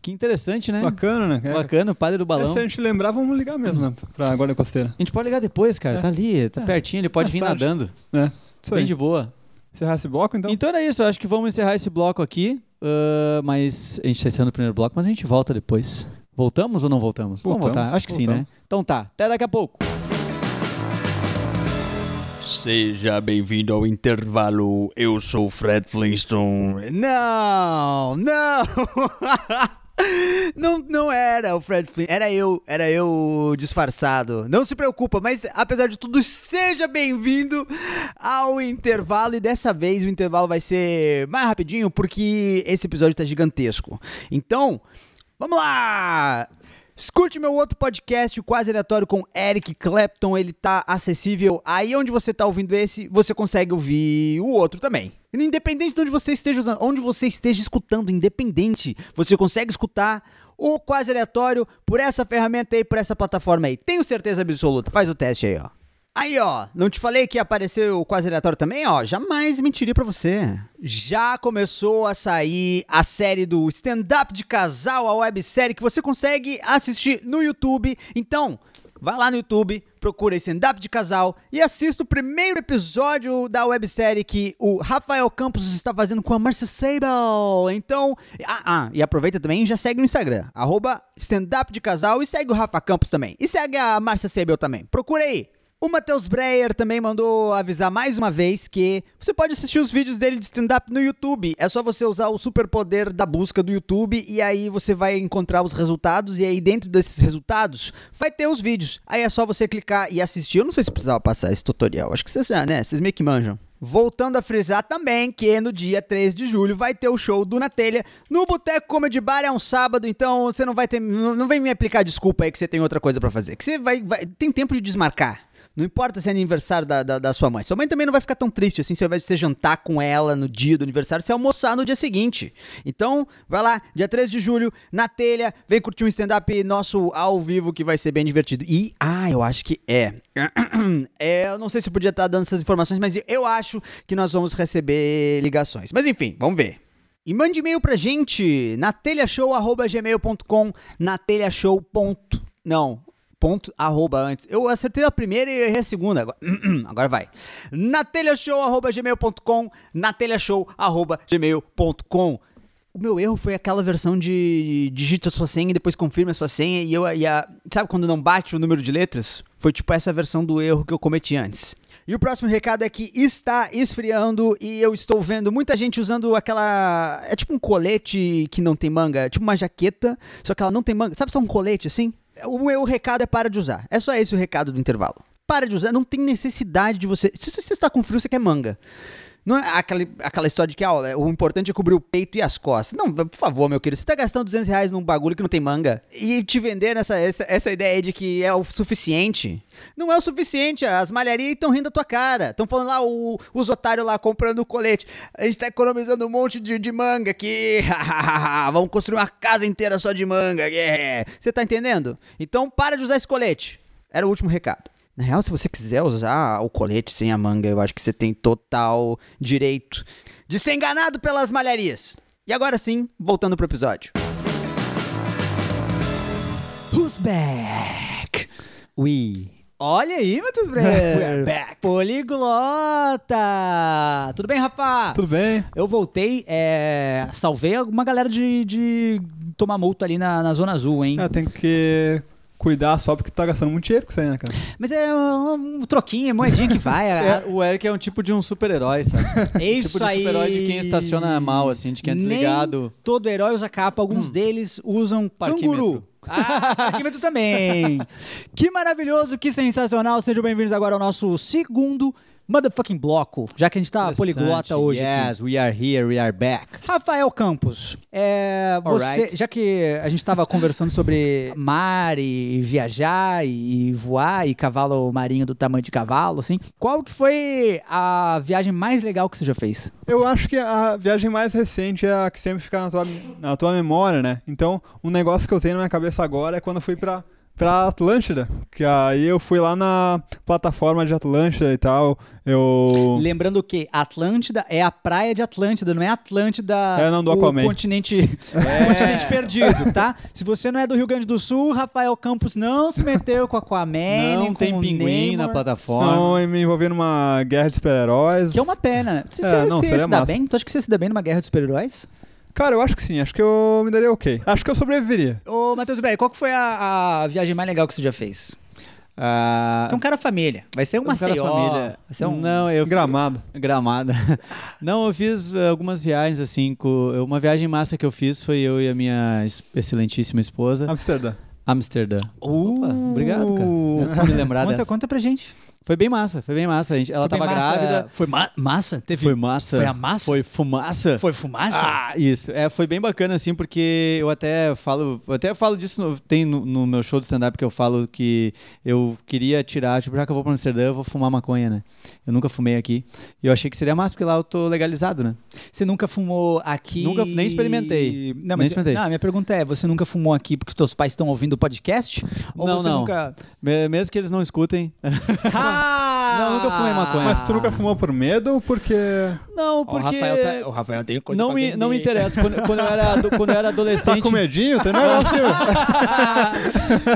S2: Que interessante, né?
S3: Bacana, né? É.
S2: Bacana, o padre do
S3: É,
S2: balão.
S3: se a gente lembrar, vamos ligar mesmo, né? Pra Guarda Costeira.
S2: A gente pode ligar depois, cara. Tá ali, tá pertinho, ele pode
S3: Mais
S2: vir
S3: tarde.
S2: nadando.
S3: É. Isso
S2: Bem
S3: aí.
S2: de boa.
S3: Encerrar esse bloco, então?
S2: Então era isso, eu acho que vamos encerrar esse bloco aqui. Ah, mas a gente está encerrando o primeiro bloco, mas a gente volta depois. Voltamos ou não voltamos? vamos
S3: Voltamos,
S2: voltar, acho que sim,
S3: voltamos.
S2: né? Então tá, até daqui a pouco.
S1: Seja bem-vindo ao intervalo. Eu sou o Fred Flintstone. Não, não. Não, não era o Fred Flintstone, era eu, era eu disfarçado. Não se preocupa, mas apesar de tudo, seja bem-vindo ao intervalo. E dessa vez o intervalo vai ser mais rapidinho, porque esse episódio tá gigantesco. Então, Vamos lá! Escute meu outro podcast, o Quase Aleatório, com Eric Clapton. Ele tá acessível. Aí onde você tá ouvindo esse, você consegue ouvir o outro também. Independente de onde você esteja usando, onde você esteja escutando, independente, você consegue escutar o Quase Aleatório por essa ferramenta aí, por essa plataforma aí. Tenho certeza absoluta. Faz o teste aí, ó. Aí, ó, não te falei que apareceu o quase aleatório também, ó? Jamais mentiria pra você. Já começou a sair a série do stand-up de casal, a websérie que você consegue assistir no YouTube. Então, vai lá no YouTube, procura stand-up de casal e assista o primeiro episódio da websérie que o Rafael Campos está fazendo com a Marcia Sable. Então, ah, ah, e aproveita também e já segue no Instagram, arroba stand-up de casal e segue o Rafa Campos também. E segue a Marcia Sable também. Procura aí. O Matheus Breyer também mandou avisar mais uma vez que você pode assistir os vídeos dele de stand-up no YouTube. É só você usar o superpoder da busca do YouTube e aí você vai encontrar os resultados. E aí, dentro desses resultados, vai ter os vídeos. Aí é só você clicar e assistir. Eu não sei se precisava passar esse tutorial. Acho que vocês já, né? Vocês meio que manjam. Voltando a frisar também que no dia 3 de julho vai ter o show do Na Telha no Boteco Comedy Bar, é um sábado, então você não vai ter. Não não vem me aplicar desculpa aí que você tem outra coisa pra fazer. Que você vai- vai. Tem tempo de desmarcar. Não importa se é aniversário da, da, da sua mãe. Sua mãe também não vai ficar tão triste assim se ao invés de você jantar com ela no dia do aniversário, você almoçar no dia seguinte. Então, vai lá, dia 3 de julho, na telha, vem curtir um stand-up nosso ao vivo que vai ser bem divertido. E, ah, eu acho que é. É, eu não sei se eu podia estar dando essas informações, mas eu acho que nós vamos receber ligações. Mas enfim, vamos ver. E mande e-mail pra gente na telhashow.gmail.com, na telhashow. ponto- Não, ponto, arroba antes. Eu acertei a primeira e errei a segunda. Agora, agora vai. Na telhashow.gmail.com, na telhashow.gmail.com. O meu erro foi aquela versão de digita sua senha e depois confirma a sua senha e eu e a, sabe quando não bate o número de letras? Foi tipo essa versão do erro que eu cometi antes. E o próximo recado é que está esfriando e eu estou vendo muita gente usando aquela. É tipo um colete que não tem manga, é tipo uma jaqueta, só que ela não tem manga. Sabe só um colete assim? O meu recado é para de usar. É só esse o recado do intervalo. Para de usar, não tem necessidade de você. Se você está com frio, você quer manga. Não é aquela, aquela história de que ah, o importante é cobrir o peito e as costas. Não, por favor, meu querido, você tá gastando 200 reais num bagulho que não tem manga e te vender essa, essa, essa ideia de que é o suficiente. Não é o suficiente, as malharias estão rindo da tua cara. Estão falando lá, o, os otários lá comprando o colete. A gente tá economizando um monte de, de manga aqui. Vamos construir uma casa inteira só de manga. yeah. Você tá entendendo? Então para de usar esse colete. Era o último recado. Na real, se você quiser usar o colete sem a manga, eu acho que você tem total direito de ser enganado pelas malharias. E agora sim, voltando pro episódio. Who's back?
S2: Ui.
S1: Olha aí, Matheus Breyer. back.
S5: Poliglota! Tudo bem, Rafa?
S3: Tudo bem?
S5: Eu voltei, é, salvei uma galera de, de tomar multa ali na, na Zona Azul, hein?
S3: É, tem que cuidar só porque tá gastando muito dinheiro com isso aí, né, cara?
S5: Mas é um, um troquinho, é moedinha que vai.
S1: Tá.
S5: é-
S2: É, o Eric é um tipo de um super-herói, sabe?
S5: é isso
S2: tipo de
S5: aí.
S2: super-herói de quem estaciona mal, assim, de quem é
S5: Nem
S2: desligado. Hum.
S5: todo herói usa capa, alguns deles usam
S2: Parquímetro.
S5: canguru. Ah, parquímetro também. que maravilhoso, que sensacional. Sejam bem-vindos agora ao nosso segundo motherfucking bloco, já que a gente tá poliglota hoje aqui.
S2: Yes, we are here, we are back.
S5: Rafael Campos, é, você,
S2: Alright.
S5: já que a gente estava conversando sobre mar e viajar e voar e cavalo marinho do tamanho de cavalo, assim, qual que foi a viagem mais legal que você já fez?
S3: Eu acho que a viagem mais recente é a que sempre fica na tua, na tua memória, né? Então, um negócio que eu tenho na minha cabeça agora é quando eu fui pra pra Atlântida. Que aí eu fui lá na plataforma de Atlântida e tal. Eu.
S1: Lembrando que Atlântida é a praia de Atlântida, não é Atlântida
S3: É, não, do
S1: o
S3: Aquaman.
S1: continente, o continente perdido, tá? Se você não é do Rio Grande do Sul, Rafael Campos não se meteu com Aquaman, É, nem
S2: não
S1: com
S2: tem pinguim
S1: Namor,
S2: na plataforma.
S3: Não, eu me envolvi numa guerra de super-heróis.
S1: Que é uma pena. Você,
S3: É,
S1: você-
S3: não,
S1: você
S3: seria
S1: se dá
S3: massa.
S1: bem? Tu acha que você se dá bem numa guerra de super-heróis?
S3: Cara, eu acho que sim, acho que eu me daria ok. Acho que eu sobreviveria.
S1: Ô, Matheus Breyer, qual que foi a, a viagem mais legal que você já fez?
S2: Ah,
S1: Então, cara família. Vai ser uma
S2: eu quero
S1: CEO,
S2: Um família.
S1: Vai ser um...
S2: Não, eu
S3: Gramado.
S2: Gramada. Não, eu fiz eh, algumas viagens assim. co- Uma viagem massa que eu fiz foi eu e a minha es-
S1: Ah.
S2: excelentíssima esposa,
S3: Amsterdã.
S2: Amsterdã. Opa, obrigado, cara. Eu me lembrar
S1: Conta,
S2: dessa.
S1: conta pra gente.
S2: Foi bem massa, foi bem massa. A gente, ela
S1: Foi
S2: tava
S1: bem massa-
S2: grávida.
S1: Foi ma- massa? Teve...
S2: Foi massa.
S1: Foi a massa?
S2: Foi fumaça.
S1: Foi fumaça?
S2: Ah, isso. É, foi bem bacana, assim, porque eu até falo, eu até falo disso, no, tem no, no meu show de stand-up que eu falo que eu queria tirar, tipo, já que eu vou pra Amsterdã, eu vou fumar maconha, né? Eu nunca fumei aqui. E eu achei que seria massa, porque lá eu tô legalizado, né?
S1: Você nunca fumou aqui?
S2: Nunca- nem experimentei.
S1: Não,
S2: Nem
S1: mas
S2: experimentei.
S1: Não, a minha pergunta é: você nunca fumou aqui porque os seus pais estão ouvindo o podcast? Ou
S2: Não,
S1: você
S2: não.
S1: nunca.
S2: Me- Mesmo que eles não escutem.
S1: Ah!
S2: Não, nunca fumei maconha.
S3: Mas tu nunca fumou por medo ou porque.
S2: Não,
S1: Ó, O
S2: porque...
S1: Rafael, tá... o Rafael tem coisa
S2: não,
S1: pra
S2: me,
S1: vender.
S2: não me interessa. Quando, quando eu era, ado- quando eu era
S3: Tá
S2: adolescente...
S3: com medinho? Tem negócio.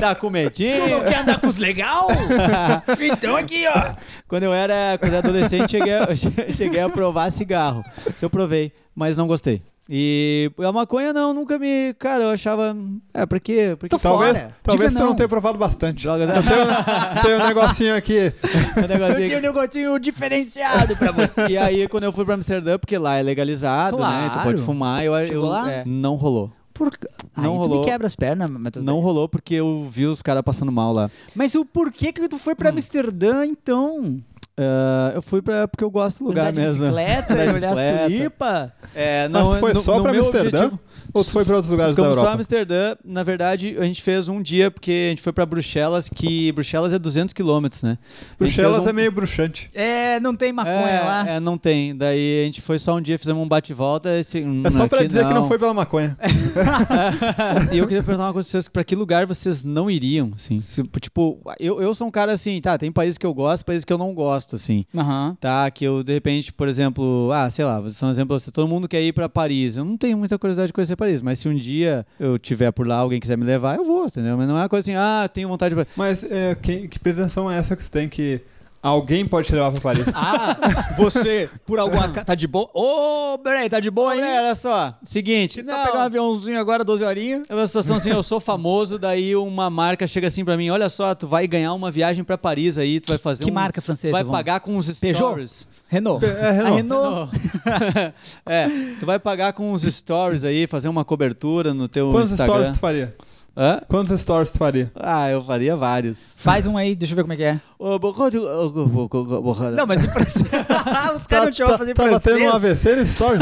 S2: tá com medinho.
S1: Tu não quer andar com os legal? então aqui, ó.
S2: Quando eu era quando eu era adolescente, cheguei a, cheguei a provar cigarro. Isso eu provei, mas não gostei. E a maconha não, nunca me. Cara, eu achava. É, pra quê? Pra quê?
S1: Tô
S3: talvez
S1: fora.
S3: talvez
S1: Diga
S3: tu não
S1: não.
S3: tenha provado bastante.
S2: Droga, né?
S3: Tem um negocinho aqui.
S2: Um negocinho
S1: Eu tenho um
S2: aqui.
S1: negocinho diferenciado pra você.
S2: E aí, quando eu fui pra Amsterdã, porque lá é legalizado, né? Tu
S1: Claro.
S2: pode fumar. Eu,
S1: Chegou
S2: eu-
S1: lá?
S2: é, não rolou.
S1: Por...
S2: Não
S1: Aí tu
S2: rolou.
S1: me quebra as pernas, Matheus.
S2: Não
S1: Breyer.
S2: rolou porque eu vi os caras passando mal lá.
S1: Mas o porquê que tu foi
S2: Hum.
S1: pra Amsterdã, então?
S2: Ah, eu fui pra, porque eu gosto do lugar
S1: Andar de
S2: mesmo.
S1: bicicleta
S2: Andar
S1: e
S2: de
S1: olhar as
S2: bicicleta.
S1: tulipas?
S2: É,
S3: Mas
S2: não,
S3: tu foi
S2: no-
S3: só
S2: no
S3: pra
S2: meu
S3: Amsterdã?
S2: objetivo-
S3: Ou tu foi pra outros lugares da
S2: Ficamos só em
S3: Europa?
S2: Amsterdã. Na verdade, a gente fez um dia, porque a gente foi pra Bruxelas, que Bruxelas é 200 quilômetros, né? A gente
S3: Bruxelas
S2: fez um-
S3: é meio bruxante.
S1: É, não tem maconha
S2: é,
S1: lá.
S2: é, não tem. Daí a gente foi só um dia, fizemos um bate-volta. esse- hum,
S3: É só pra
S2: aqui
S3: dizer que não foi pela maconha.
S2: e eu queria perguntar uma coisa pra vocês: pra que lugar vocês não iriam? Assim? Se, tipo, eu, eu sou um cara assim, tá? Tem países que eu gosto, países que eu não gosto, assim.
S1: Aham.
S2: Tá, que eu, de repente, por exemplo, ah, sei lá, vou só um exemplo, assim, todo mundo quer ir pra Paris. Eu não tenho muita curiosidade de conhecer Paris, mas se um dia eu tiver por lá, alguém quiser me levar, eu vou, entendeu? Mas não é uma coisa assim, ah, tenho vontade de.
S3: Mas é, que, que pretensão é essa que você tem que. Alguém pode te levar pra Paris?
S1: Ah, você, por alguma acaso, tá de boa? Ô, peraí, tá de boa aí?
S2: Olha, olha só, seguinte,
S1: Tá pegar um
S2: não,
S1: aviãozinho agora, 12 horinhas.
S2: é uma situação assim, eu sou famoso, daí uma marca chega assim pra mim, olha só, tu vai ganhar uma viagem pra Paris aí, tu vai fazer
S1: Que
S2: um-
S1: marca francesa,
S2: Tu vai
S1: vamos?
S2: pagar com os
S1: Peugeot?
S2: stories.
S1: Renault.
S3: É, Renault.
S1: A Renault.
S2: é, tu vai pagar com os stories aí, fazer uma cobertura no teu
S3: Quantos
S2: Instagram.
S3: stories tu faria?
S2: Hã?
S3: Quantos stories tu faria?
S2: Ah, eu faria vários.
S1: Faz um aí, deixa eu ver como é que é. Não, mas em francês. Os caras não te vão fazer
S3: Tava tendo um
S1: francês.
S3: AVC nesse story?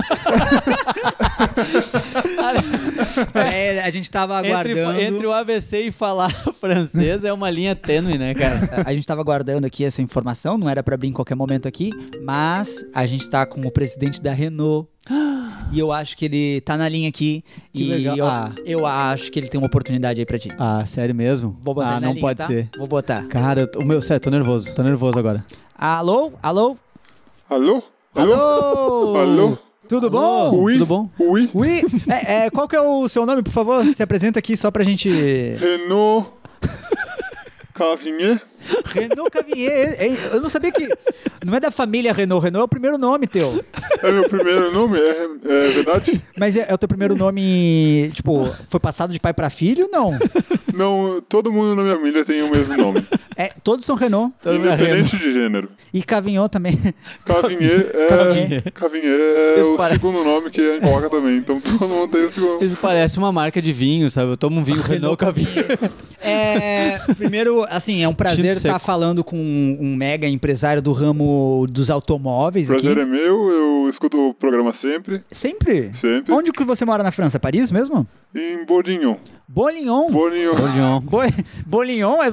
S1: É, a gente tava
S2: entre,
S1: aguardando.
S2: entre o AVC e falar francês é uma linha tênue, né, cara?
S1: Ah, A gente tava aguardando aqui essa informação, não era pra abrir em qualquer momento aqui, mas a gente tá com o presidente da Renault. E eu acho que ele tá na linha aqui.
S2: Que
S1: e
S2: legal.
S1: Eu,
S2: Ah.
S1: eu acho que ele tem uma oportunidade aí pra ti.
S2: Ah, sério mesmo?
S1: Vou botar
S2: ah,
S1: ele na
S2: não
S1: linha,
S2: pode
S1: tá?
S2: ser.
S1: Vou botar.
S2: Cara, eu tô- meu, sério, tô nervoso. Tô nervoso agora.
S1: Alô? Alô?
S4: Alô?
S1: Alô?
S4: Alô?
S1: Tudo
S2: Alô?
S1: bom?
S4: Ui?
S2: Tudo bom?
S4: Ui?
S1: Ui, é, é, qual que é o seu nome, por favor? Se apresenta aqui só pra gente...
S4: Renault? Cavinier?
S1: Renault Cavier. hein? Eu não sabia que... Não é da família Renault. Renault é o primeiro nome teu.
S4: É meu primeiro nome, é, é verdade?
S1: Mas é, é o teu primeiro nome, tipo, foi passado de pai pra filho? Não.
S4: Não, todo mundo na minha família tem o mesmo nome.
S1: É, todos são Renault.
S4: Independente de gênero.
S1: E Cavignon também.
S4: Cavinier é. Cavinier é
S2: Isso
S4: o
S2: parece-
S4: segundo nome que a gente coloca também. Então todo mundo tem o segundo
S2: Isso parece uma marca de vinho, sabe? Eu tomo um vinho Renault Cavinho.
S1: É, primeiro, assim, é um prazer
S2: Time
S1: estar
S2: seco.
S1: falando com um mega empresário do ramo dos automóveis
S4: Prazer
S1: aqui.
S4: é meu, eu escuto o programa sempre,
S1: Sempre?
S4: Sempre.
S1: Onde que você mora na França? Paris mesmo?
S4: em Bourdignon.
S1: Bolignon.
S4: Bourdignon.
S2: John.
S1: Bo- Bolignon é...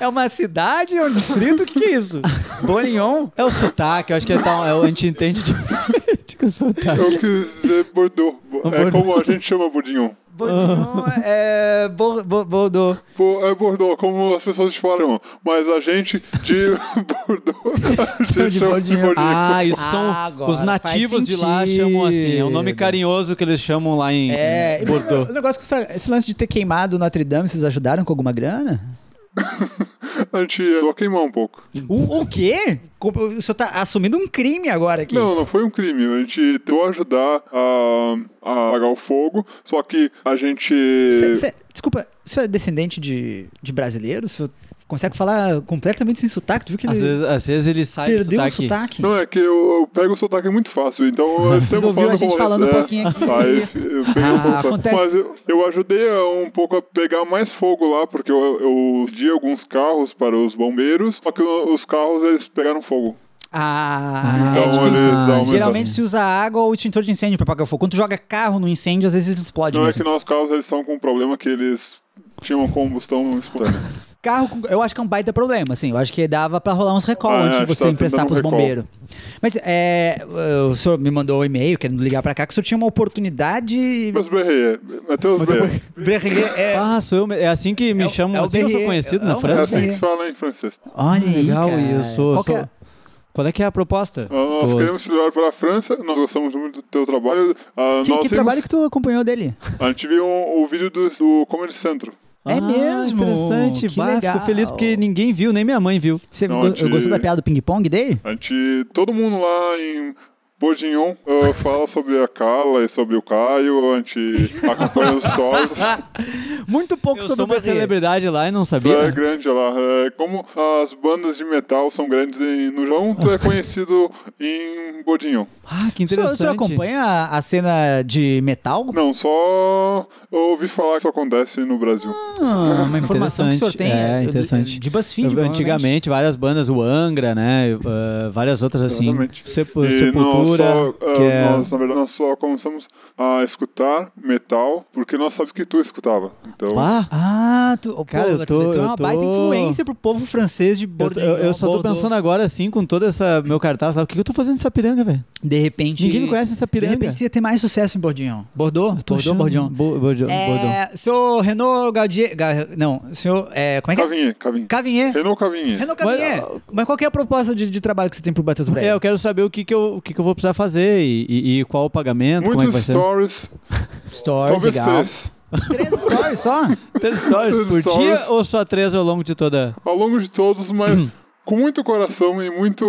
S1: é uma cidade, é um distrito? O que, que é isso? Bolignon?
S2: É o sotaque, eu acho que é tal, é o- a gente entende de. com sotaque.
S4: É o que é Bordeaux. É
S2: Bordeaux.
S4: como a gente chama Budinho.
S6: Bodinho é. Bo, bo, Bodô.
S4: Pô, É Bordeaux, como as pessoas falam. Mas a gente de Bordeaux. A
S2: é
S4: gente
S6: de
S4: chama de
S6: Bodinho.
S4: Bordeaux.
S2: Ah, isso
S6: Ah,
S2: são
S6: agora
S2: os
S6: faz
S2: nativos de lá chamam assim. É um nome
S6: sentido.
S2: carinhoso que eles chamam lá em,
S6: É,
S2: em
S6: e-
S2: Bordeaux.
S1: O negócio com essa- esse lance de ter queimado Notre Dame, vocês ajudaram com alguma grana?
S4: A gente é a queimar um pouco.
S6: O, o quê? Co- O senhor tá assumindo um crime agora aqui.
S4: Não, não foi um crime. A gente tentou ajudar a, a apagar o fogo, só que a gente.
S1: Cê- cê- desculpa, você é descendente de, de brasileiro? Você consegue falar completamente sem sotaque? Tu viu que
S2: Às
S1: ele
S2: vezes, às vezes ele sai do
S1: perdeu
S2: sotaque.
S1: o sotaque?
S4: Não, é que eu, eu pego o sotaque muito fácil, então eu sempre
S1: ouviram
S4: falo
S1: a gente
S4: como-
S1: falando um
S4: é,
S1: pouquinho aqui.
S4: Aí eu peguei um
S1: Ah,
S4: pouco.
S1: acontece.
S4: Mas eu, eu ajudei a- um pouco a pegar mais fogo lá, porque eu, eu pedi alguns carros para os bombeiros, só que o- os carros eles pegaram fogo.
S6: Ah,
S4: Então,
S1: é difícil.
S4: eles dão uma-
S1: Geralmente se usa água ou extintor de incêndio pra apagar o fogo. Quando tu joga carro no incêndio, às vezes ele explode
S4: Não é
S1: mesmo.
S4: que nossos carros eles estão com um problema que eles tinham um combustão espontânea.
S1: Carro, com- eu acho que é um baita problema, assim. Eu acho que dava pra rolar uns recall
S4: Ah, é,
S1: antes de
S4: acho que
S1: você
S4: tá
S1: emprestar
S4: tentando
S1: pros
S4: um recall.
S1: bombeiros. Mas é, o senhor me mandou um e-mail querendo ligar pra cá que o senhor tinha uma oportunidade.
S4: Mas berrei, até os berrei.
S6: Berringuer é.
S2: Ah, sou eu, me- é assim que me
S1: É o-
S2: chamam,
S1: é o
S2: assim que eu sou
S1: Berrier,
S2: conhecido
S1: é
S2: na
S1: o
S4: É
S1: Berrier.
S2: França.
S4: assim que fala em francês.
S1: Olha, aí,
S2: Legal,
S1: cara.
S2: e eu sou.
S1: Qual que
S2: sou-
S1: é?
S2: Qual é que é a proposta?
S4: Nós
S2: Tô-
S4: queremos te levar para a França, nós gostamos muito do teu trabalho.
S1: Que,
S4: Ah, nós
S1: que
S4: vimos-
S1: trabalho que tu acompanhou dele?
S4: A gente viu um, o vídeo do, do Comedy Central.
S1: É mesmo?
S2: Ah, Interessante,
S1: Que
S2: bah,
S1: legal.
S2: fico feliz porque ninguém viu, nem minha mãe viu.
S1: Você
S4: Não,
S1: go-
S4: de-
S1: gostou da piada do ping-pong dele?
S4: A gente, todo mundo lá em Bourguignon ah, fala sobre a Carla e sobre o Caio, a gente acompanha os stories.
S1: Muito pouco
S2: Eu
S1: sobre
S2: sou
S1: o
S2: uma
S1: Berrier.
S2: celebridade lá e não
S4: É
S2: sabia.
S4: grande lá. É, como as bandas de metal são grandes em, no Japão, tu é conhecido em Bourguignon.
S2: Ah, que
S1: O senhor,
S2: interessante.
S1: o senhor acompanha a, a cena de metal?
S4: Não, só eu ouvi falar que isso acontece no Brasil.
S1: Ah, uma informação que o senhor tem.
S2: Interessante, é,
S1: de-
S2: interessante.
S1: De BuzzFeed, provavelmente.
S2: Antigamente, várias bandas, o Angra, né? uh, várias outras assim.
S4: Exatamente.
S2: Sepu-
S4: E
S2: Sepultura.
S4: nós só, ah,
S2: que é...
S4: nós, na verdade, nós só começamos a escutar metal porque nós sabemos que tu escutava. Então,
S2: Ah,
S1: Ah, tu, oh,
S2: Cara,
S1: pô,
S2: eu tô-
S1: tu é uma
S2: eu tô-
S1: baita influência pro povo francês de
S2: eu,
S1: Bordeaux.
S2: eu- eu só tô
S1: Bordeaux.
S2: pensando agora, assim, com todo esse meu cartaz lá, o que que eu tô fazendo nessa piranga, velho?
S1: De repente.
S2: Ninguém me conhece nessa
S1: De
S2: piranga.
S1: repente você ia ter mais sucesso em Bordignon. Bordeaux?
S2: Tô
S1: Bordeaux,
S2: achando-
S1: Bordignon.
S2: Bo- Bordeaux, Bordeaux.
S1: É, senhor Renaud Gaudier. Ga- não, senhor. É, como é que é?
S4: Cavinha, Cavinha.
S1: Cavinher.
S4: Renault Cavinha.
S1: Renaud Cavinher. Mas, qual que é a proposta de, de trabalho que você tem pro Batas
S2: É, eu quero saber o que que eu, o que que eu vou precisar fazer e, e- e qual o pagamento, como é que vai
S4: Muitos
S2: ser.
S4: stories.
S1: Stories,
S4: Talvez
S1: legal.
S4: três.
S1: Três stories só?
S2: Três stories por
S4: Stories.
S2: dia ou só três ao longo de toda...
S4: Ao longo de todos, mas com muito coração e muito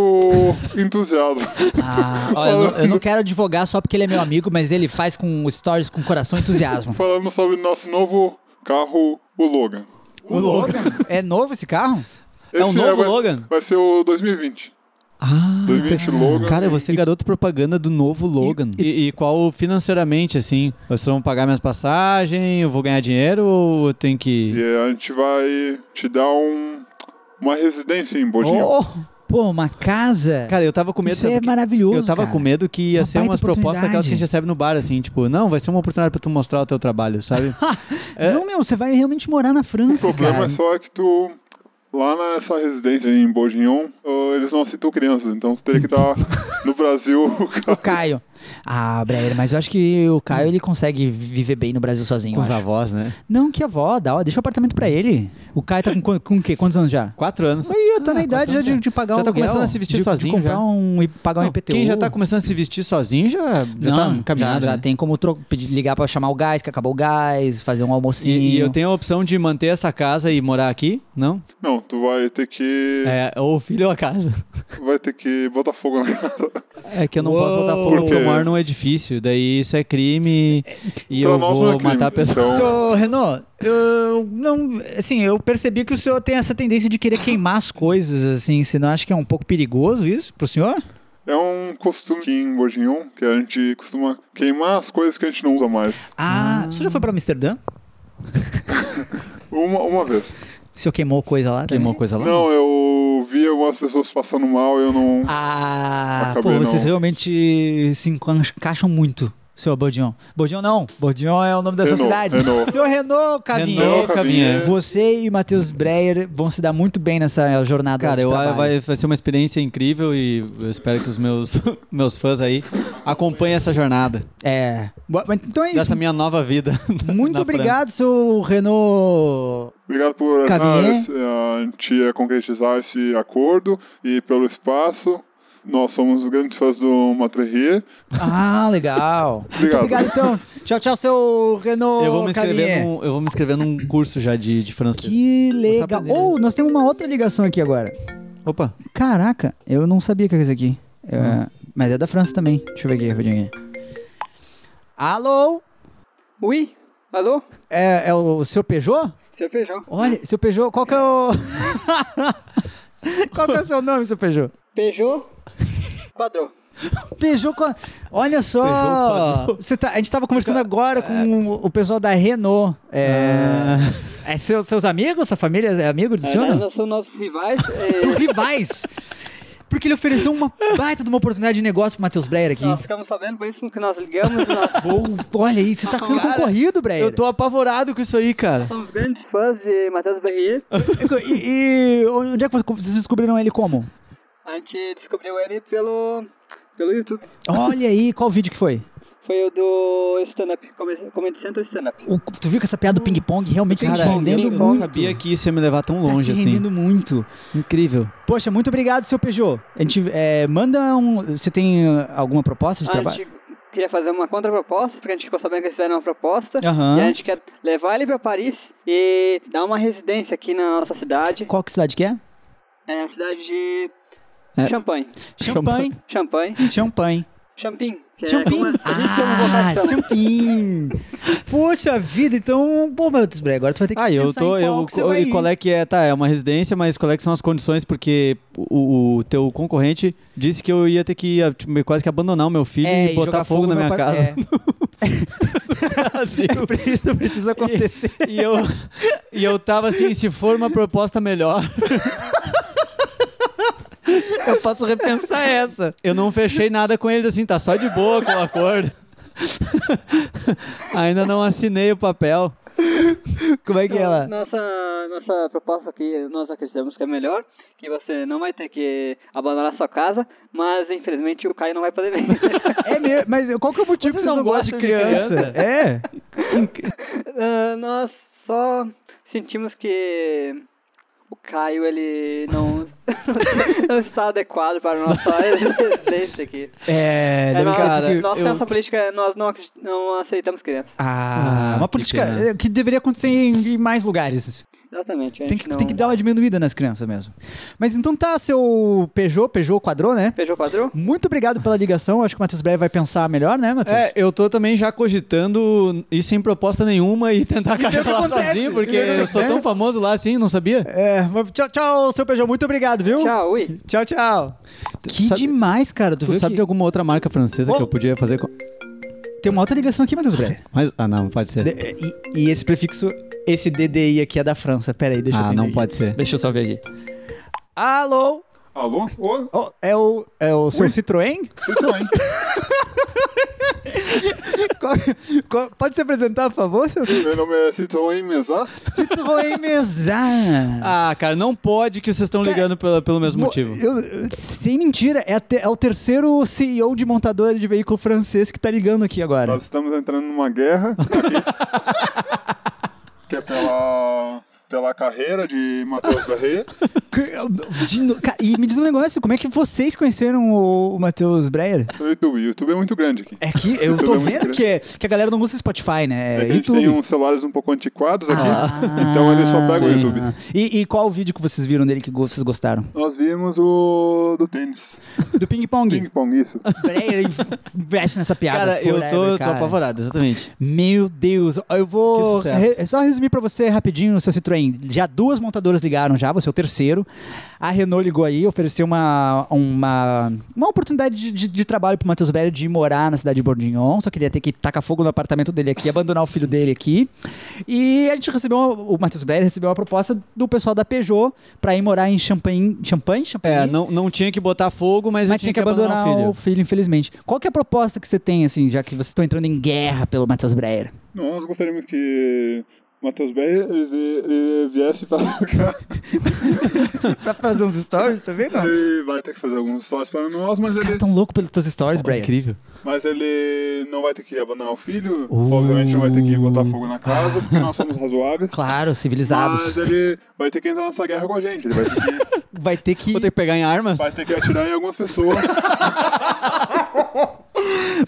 S4: entusiasmo.
S1: Ah, olha, eu, não, eu não quero advogar só porque ele é meu amigo, mas ele faz com stories com coração e entusiasmo.
S4: Falando sobre nosso novo carro, o Logan.
S1: O Logan. É novo esse carro?
S2: É um
S4: Esse
S2: novo
S4: vai-
S2: Logan?
S4: Vai ser o 2020.
S2: Ah,
S4: 2020 Logan.
S2: Cara, você é garoto propaganda do novo Logan. E, e qual financeiramente, assim? Vocês vão pagar minhas passagens? Eu vou ganhar dinheiro ou eu tenho
S4: E
S2: que.
S4: a gente vai te dar um, uma residência em Bodinho.
S2: Oh!
S1: Pô, uma casa.
S2: Cara, eu tava com medo.
S1: Isso
S2: sabe
S1: é
S2: do quê?
S1: maravilhoso,
S2: Eu tava
S1: cara.
S2: com medo que ia
S1: Uma
S2: ser
S1: baita
S2: umas propostas daquelas que a
S1: oportunidade.
S2: gente recebe no bar, assim, tipo, não, vai ser uma oportunidade pra tu mostrar o teu trabalho, sabe? É.
S1: Não, meu, você vai realmente morar na
S4: O
S1: França,
S4: problema
S1: cara.
S4: é só que tu. Lá nessa residência em Bourguignon, ah, eles não aceitam crianças, então tu teria que estar no Brasil.
S1: O Caio. Ah, Breyer, mas eu acho que o Caio ele consegue viver bem no Brasil sozinho.
S2: com
S1: eu
S2: os
S1: acho.
S2: avós, né?
S1: Não, que avó, dá, ó, deixa o apartamento pra ele. O Caio tá com, qu- com o quê? Quantos anos já?
S2: Quatro anos.
S1: Aí, tá na idade já
S2: quanto
S1: de,
S2: tempo?
S1: de pagar um
S2: Já tá
S1: aluguel,
S2: começando a se vestir
S1: de-
S2: sozinho,
S1: De comprar
S2: já.
S1: um e pagar um
S2: Não,
S1: IPTU.
S2: quem já tá começando a se vestir sozinho já, já
S1: Não,
S2: tá caminhado.
S1: já, já
S2: né?
S1: tem como tro- pedir, ligar pra chamar o gás, que acabou o gás, fazer um
S2: E,
S1: almocinho.
S2: e eu tenho a opção de manter essa casa e morar aqui? Não?
S4: Não, tu vai ter que.
S2: É, ou o filho ou a casa.
S4: Vai ter que botar fogo na casa.
S2: É que eu não posso botar
S1: Uou!
S2: fogo
S4: Por
S2: porque eu
S4: quê?
S2: moro num edifício, daí isso é crime e
S4: Pra
S2: eu
S4: nós não é
S2: vou
S4: crime,
S2: matar a pessoa.
S4: então-
S1: Senhor Renault, eu não. Assim, eu percebi que o senhor tem essa tendência de querer queimar as coisas, assim. Você não acha que é um pouco perigoso isso pro senhor?
S4: É um costume aqui em Bourguignon que a gente costuma queimar as coisas que a gente não usa mais.
S1: Ah, o senhor já foi pra Amsterdã?
S4: Uma, uma vez.
S1: O senhor queimou coisa lá? também?
S2: Queimou coisa lá?
S4: Não, eu vi algumas pessoas passando mal, eu não.
S1: Ah,
S4: Acabei
S1: pô,
S4: não.
S1: vocês realmente se encaixam muito. seu Bordion. Bordion não, Bordion é o nome da sua
S4: Renault,
S1: cidade.
S4: Renault.
S1: Seu Renault
S4: é
S1: Cavinha.
S2: Renault Cavinha.
S1: Você e Matheus Breyer vão se dar muito bem nessa jornada
S2: Cara,
S1: de
S2: eu,
S1: trabalho.
S2: vai, vai ser uma experiência incrível e eu espero que os meus, meus fãs aí acompanhem essa jornada
S1: É. Bo- mas Então é isso.
S2: dessa minha nova vida. na-
S1: Muito
S2: na
S1: obrigado, seu Renault.
S4: Obrigado por
S1: Cavier.
S4: ajudar a gente a concretizar esse acordo e pelo espaço. Nós somos grandes fãs do Matrerie.
S1: Ah, legal. Muito
S4: Obrigado.
S1: obrigado, então. Tchau, tchau, seu Renault.
S2: Eu vou, me inscrever
S1: Cavier.
S2: num, eu vou me inscrever num curso já de, de francês.
S1: Que
S2: Vou
S1: legal.
S2: aprender.
S1: Ou nós temos uma outra ligação aqui agora.
S2: Opa,
S1: Caraca, eu não sabia que era isso aqui. É, Mas é da França também. Deixa eu ver aqui rapidinho. Alô?
S7: Oui, allô
S1: É, é o seu Peugeot?
S7: Seu Feijão.
S1: Olha, seu Peugeot, qual que é o. qual que é o seu nome, seu Peugeot?
S7: Peugeot Quadro.
S1: Peugeot. co- Olha só. Você tá- a gente tava conversando agora com o pessoal da Renault. É, é seu- seus amigos? Sua família é amigo do senhor? não?
S7: Elas são nossos rivais.
S1: São
S7: é,
S1: rivais. Porque ele ofereceu uma baita de uma oportunidade de negócio pro Matheus Breyer aqui.
S7: nós ficamos sabendo, por isso que nós ligamos. Nós
S1: Pô, olha aí, você tá sendo
S2: Cara,
S1: concorrido, Breyer.
S2: eu tô apavorado com isso aí, cara.
S7: somos grandes fãs de Matheus Berrier.
S1: E, e onde é que vocês descobriram ele como?
S7: A gente descobriu ele pelo, pelo YouTube.
S1: Olha aí, qual vídeo que foi?
S7: Foi o do stand-up, Comedy Comedy Central Stand-up.
S1: O- tu viu que essa piada do ping-pong realmente tá te
S2: Cara, eu
S1: rendendo
S2: não
S1: muito.
S2: sabia que isso ia me levar tão longe
S1: tá te
S2: assim.
S1: rendendo muito.
S2: Incrível.
S1: Poxa, muito obrigado, seu Peugeot. A gente é, manda um. Você tem uh, alguma proposta de
S7: A
S1: trabalho?
S7: gente queria fazer uma contraproposta, porque a gente ficou sabendo que eles fizeram uma proposta.
S1: Aham.
S7: E a gente quer levar ele pra Paris e dar uma residência aqui na nossa cidade.
S1: Qual que cidade que é?
S7: É a cidade de
S2: É.
S7: Champagne.
S1: Champanhe.
S7: Champanhe.
S1: Champanhe.
S7: Champim. que é
S1: Champim.
S7: como a gente chama
S1: Ah,
S7: o vocal de samba.
S1: champim. Poxa vida, então. Pô, meu Deus, agora tu vai ter que
S2: Ah, eu
S1: pensar
S2: tô.
S1: em qual
S2: Eu,
S1: que você vai
S2: e
S1: ir.
S2: qual é que é? Tá, é uma residência, mas qual é que são as condições? Porque o, o teu concorrente disse que eu ia ter que ah, tipo, quase que abandonar o meu filho
S1: É,
S2: e botar
S1: jogar
S2: fogo, na
S1: no
S2: minha
S1: apar-
S2: casa.
S1: é.
S2: Brasil.
S1: Isso precisa acontecer.
S2: E eu, e eu tava assim, se for uma proposta melhor,
S1: Eu posso repensar essa.
S2: eu não fechei nada com eles assim, tá só de boa com o acordo. Ainda não assinei o papel.
S1: Como é que ela?
S7: Então, Nossa, nossa proposta aqui, nós acreditamos que é melhor, que você não vai ter que abandonar sua casa, mas infelizmente o Caio não vai poder vir.
S1: É mesmo, mas qual que é o motivo
S2: Vocês
S1: que vocês
S2: não
S1: não gostam de criança?
S2: gostam de criança?
S1: É.
S7: Ah, nós só sentimos que o Caio ele não, não está adequado para a nossa residência aqui.
S1: É,
S7: É,
S1: deve
S7: nossa
S1: ser
S2: cara,
S1: porque-
S7: nossa
S2: eu-
S7: nossa política, nós não, acredit- não aceitamos crianças.
S1: Ah,
S2: Ah,
S1: uma
S2: que
S1: política
S2: pena.
S1: eh, que deveria acontecer em, em mais lugares.
S7: Exatamente. a
S1: Tem
S7: gente
S1: que,
S7: não...
S1: tem que dar um uma diminuída nas crianças mesmo. Mas então tá, seu Peugeot, Peugeot quadrou, né?
S7: Peugeot quadril?
S1: Muito obrigado pela ligação. Acho que o Matheus Breyer vai pensar melhor, né, Matheus?
S2: É, eu tô também já cogitando ir sem proposta nenhuma e tentar
S1: ver o que
S2: carregar lá
S1: acontece,
S2: sozinho,
S1: e ver o
S2: porque
S1: que
S2: eu sou
S1: acontece.
S2: tão famoso lá assim, não sabia?
S1: É, mas tchau, tchau, seu Peugeot. Muito obrigado, viu?
S7: Tchau, ui.
S1: tchau. tchau. Que
S2: sabe-
S1: demais, cara. Tu,
S2: Tu
S1: viu
S2: sabe
S1: que-
S2: de alguma outra marca francesa que
S1: Oh.
S2: eu podia fazer com.
S1: Tem uma outra ligação aqui, Matheus Breyer.
S2: Mas, ah, não, pode ser.
S1: De- e, e esse prefixo, esse DDI aqui é da França. Pera aí, deixa eu
S2: ah,
S1: entender
S2: não
S1: aqui.
S2: pode ser.
S8: Deixa eu só ver aqui.
S1: Alô?
S4: Alô? Ô,
S1: Oh, é o, é o seu Citroën?
S4: Citroën.
S1: Qual- qual- pode se apresentar, por favor, seu Citroën?
S4: Meu nome é Citroën Mesa.
S1: Citroën Mesa.
S2: Ah, cara, não pode que vocês estão ligando pela- pelo mesmo
S1: Vou-
S2: motivo.
S1: eu- eu- sem mentira, é, a te- é o terceiro CEO de montadora de veículo francês que tá ligando aqui agora.
S4: Nós estamos entrando numa guerra aqui, que é pela, pela carreira de Matheus Barret.
S1: Que- de no- ca- e me diz um negócio, como é que vocês conheceram o, o Matheus Breyer?
S4: No YouTube. O YouTube é muito grande aqui.
S1: É que eu
S4: YouTube
S1: tô
S4: é muito
S1: vendo
S4: grande.
S1: que, é- que a galera não usa Spotify, né?
S4: É
S1: É
S4: que a gente tem
S1: YouTube.
S4: uns celulares um pouco antiquados aqui, então ele só pega o
S1: Ah,
S4: YouTube.
S1: E, e qual o vídeo que vocês viram dele que go- vocês gostaram?
S4: Nós vimos o do tênis.
S1: Do Ping Pong.
S4: Ping pong, isso.
S1: Breyer investe nessa piada.
S2: Cara, eu
S1: forever,
S2: tô, tô
S1: cara.
S2: apavorado, exatamente.
S1: Meu Deus, eu
S2: Que
S1: vou
S2: sucesso.
S1: re- só resumir pra você rapidinho, seu Citroën. Já duas montadoras ligaram já, você é o terceiro. Brasil. A Renault ligou aí, ofereceu uma, uma, uma oportunidade de, de- de trabalho pro Matheus Velho de ir morar na cidade de Bordignon, só queria ter que tacar fogo no apartamento dele aqui, abandonar o filho dele aqui. E a gente recebeu, uma- o Matheus Velho recebeu uma proposta do pessoal da Peugeot pra ir morar em Champagne, Champagne, Champagne?
S2: É, não, não tinha que botar fogo, mas, eu
S1: Mas tinha que abandonar, o, filho. infelizmente. Qual que é a proposta que você tem, assim, já que vocês estão entrando em guerra pelo Matheus Breyer?
S4: Nós gostaríamos que o Matheus Berry ele, vi- ele viesse para cá.
S6: pra fazer uns stories, tá vendo?
S4: Ele vai ter que fazer alguns sócios para nós, mas
S1: Os caras
S4: ele,
S1: tão loucos pelos teus stories, Breyer.
S2: Incrível.
S4: mas ele não vai ter que abandonar o filho. Obviamente não vai ter que botar fogo na casa, porque nós somos razoáveis.
S1: Claro, civilizados.
S4: Mas é- ele vai ter que entrar nessa guerra com a gente. Ele vai ter que,
S1: Vai ter que.
S2: Vou ter que pegar em armas?
S4: vai ter que atirar em algumas pessoas.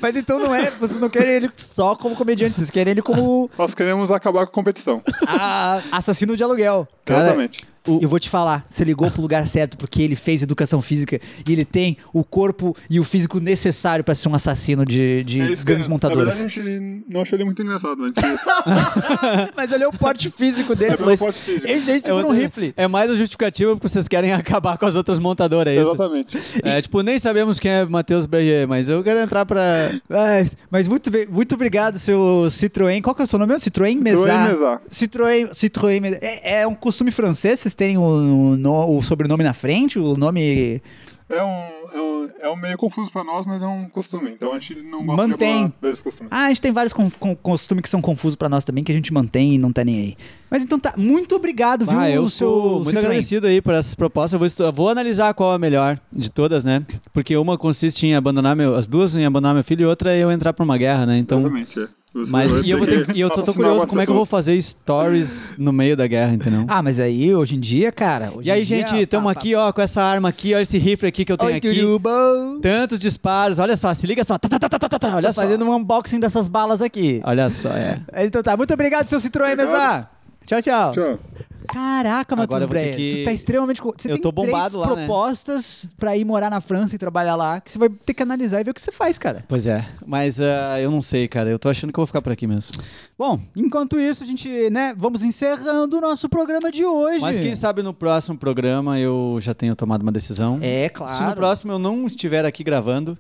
S1: Mas então não é. Vocês não querem ele só como comediante, vocês querem ele como
S4: Nós queremos acabar com a competição.
S1: ah, assassino de aluguel.
S2: Cara,
S4: Exatamente.
S1: Eu vou te falar, você ligou pro lugar certo porque ele fez educação física e ele tem o corpo e o físico necessário pra ser um assassino de, de
S4: É isso que-
S1: gangues montadoras.
S4: Na verdade, a gente não achou ele muito engraçado, mas a gente
S1: Mas olhou o porte físico dele e
S4: É
S1: falou
S4: pelo
S1: isso.
S4: porte físico.
S1: Ele ele
S2: É,
S1: segura um
S2: você-
S1: rifle.
S2: é mais a justificativa porque vocês querem acabar com as outras montadoras, é isso?
S4: Exatamente.
S2: É, tipo, nem sabemos quem é Matheus Berger, mas eu quero entrar pra.
S1: Ai, mas muito bem, muito obrigado, seu Citroën. Qual que é o seu nome? mesmo? Citroën Mesar.
S4: Mesar.
S1: Citroën, Citroën Mesar. É, é um costume francês vocês terem o, no- o sobrenome na frente, o nome
S4: É um, é um, é um meio confuso pra nós, mas é um costume. Então a gente não gosta
S1: Mantém.
S4: de acabar desse costume.
S1: Ah, a gente tem vários con- con- costumes que são confusos pra nós também que a gente mantém e não tá nem aí. Mas então tá, muito obrigado, viu,
S2: Ah, eu
S1: o seu
S2: sou muito
S1: Citroën.
S2: agradecido aí por essas propostas. Eu vou, estu- vou analisar qual é a melhor de todas, né? Porque uma consiste em abandonar meu. As duas em abandonar meu filho e outra é eu entrar pra uma guerra, né? Então.
S4: Exatamente, é. Você
S2: Mas
S4: vai
S2: e eu, vou ter, que- e eu tô, tô
S4: assinar
S2: curioso
S4: algumas
S2: como é que eu vou
S4: pessoas.
S2: fazer stories no meio da guerra, entendeu?
S1: Ah, mas aí hoje em dia, cara. hoje
S2: e aí,
S1: em dia,
S2: gente, estamos
S1: pá, pá,
S2: aqui, ó, com essa arma aqui, ó, esse rifle aqui que eu tenho
S1: Oi,
S2: aqui.
S1: tudo bom?
S2: Tantos disparos, olha só, se liga só. Tá, tá, tá, tá, tá, tá, tá, olha
S1: Tô
S2: só.
S1: fazendo um unboxing dessas balas aqui.
S2: Olha só, é.
S1: Então tá, muito obrigado, seu Citroën Mesar. Tchau, tchau.
S4: Tchau.
S1: Caraca, Matheus
S2: Agora eu vou
S1: Breyer,
S2: ter que-
S1: tu tá extremamente... co- Você
S2: Eu
S1: tem
S2: tô bombado
S1: três
S2: lá, né?
S1: propostas pra ir morar na França e trabalhar lá, que você vai ter que analisar e ver o que você faz, cara.
S2: Pois é, mas ah, eu não sei, cara. Eu tô achando que eu vou ficar por aqui mesmo.
S1: Bom, enquanto isso, a gente, né, vamos encerrando o nosso programa de hoje.
S2: Mas quem sabe no próximo programa eu já tenho tomado uma decisão.
S1: É, claro.
S2: Se no próximo eu não estiver aqui gravando,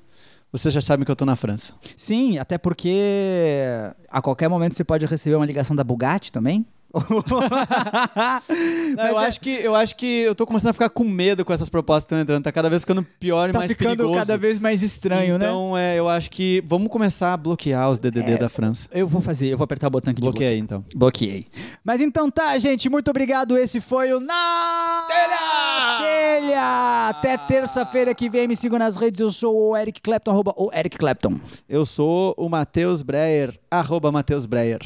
S2: vocês já sabem que eu tô na França.
S1: Sim, até porque a qualquer momento você pode receber uma ligação da Bugatti também.
S2: Não, eu,
S1: é-
S2: acho que, eu acho que eu tô começando a ficar com medo com essas propostas que estão entrando. Tá cada vez ficando pior e
S1: Tá
S2: mais
S1: ficando
S2: perigoso.
S1: cada vez mais estranho, né?
S2: então, é, eu acho que vamos começar a bloquear os DDD
S1: É.
S2: da França.
S1: Eu vou fazer, eu vou apertar o botão aqui de
S2: Bloqueia aí, então.
S1: Bloqueei. Mas então tá, gente. Muito obrigado. Esse foi o Na Telha!
S2: Ah.
S1: Até terça-feira que vem. Me sigam nas redes. Eu sou o Eric Clapton, arroba o Eric Clapton.
S2: Eu sou o Matheus Breyer, arroba Matheus Breyer.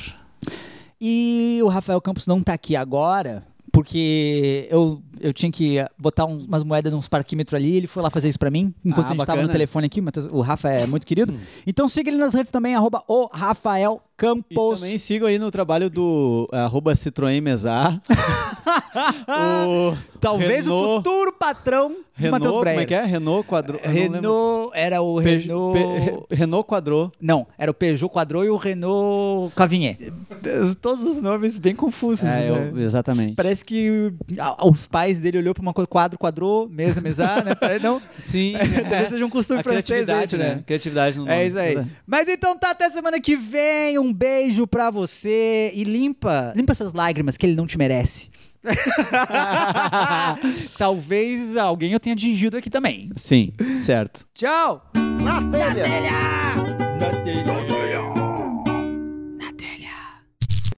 S1: E o Rafael Campos não tá aqui agora, porque eu, eu tinha que botar um- umas moedas nos parquímetros ali. Ele foi lá fazer isso pra mim, enquanto
S2: Ah,
S1: a gente tava no
S2: bacana. Hum.
S1: telefone aqui. Matheus- o Rafa é muito querido. então siga ele nas redes também, arroba o Rafael
S2: E
S1: Campos.
S2: também sigam aí no trabalho do arroba Citroën Mesar. o
S1: Talvez o
S2: Renault-
S1: futuro patrão do
S2: Renault,
S1: Matheus Breyer.
S2: como é que é? Renault Quadro. eu não lembro.
S1: Renault era o
S2: Pe-
S1: Renault.
S2: Pe- Re- Renault Quadro.
S1: Não, era o Peugeot Quadro e o Renault Cavigné. Todos os nomes bem confusos,
S2: É,
S1: né?
S2: eu- exatamente.
S1: Parece que a- os pais dele olhou pra uma coisa, quadro, quadro, mesa, mesar, né? Parece- Não,
S2: Sim.
S1: talvez seja um costume
S2: É. A
S1: francês
S2: criatividade,
S1: esse, né?
S2: Criatividade no nome.
S1: É isso aí. Mas então tá, até semana que vem. Um beijo pra você e limpa, limpa essas lágrimas que ele não te merece. Talvez alguém eu tenha atingido aqui também.
S2: Sim, certo.
S1: Tchau!
S7: Na telha! Na telha!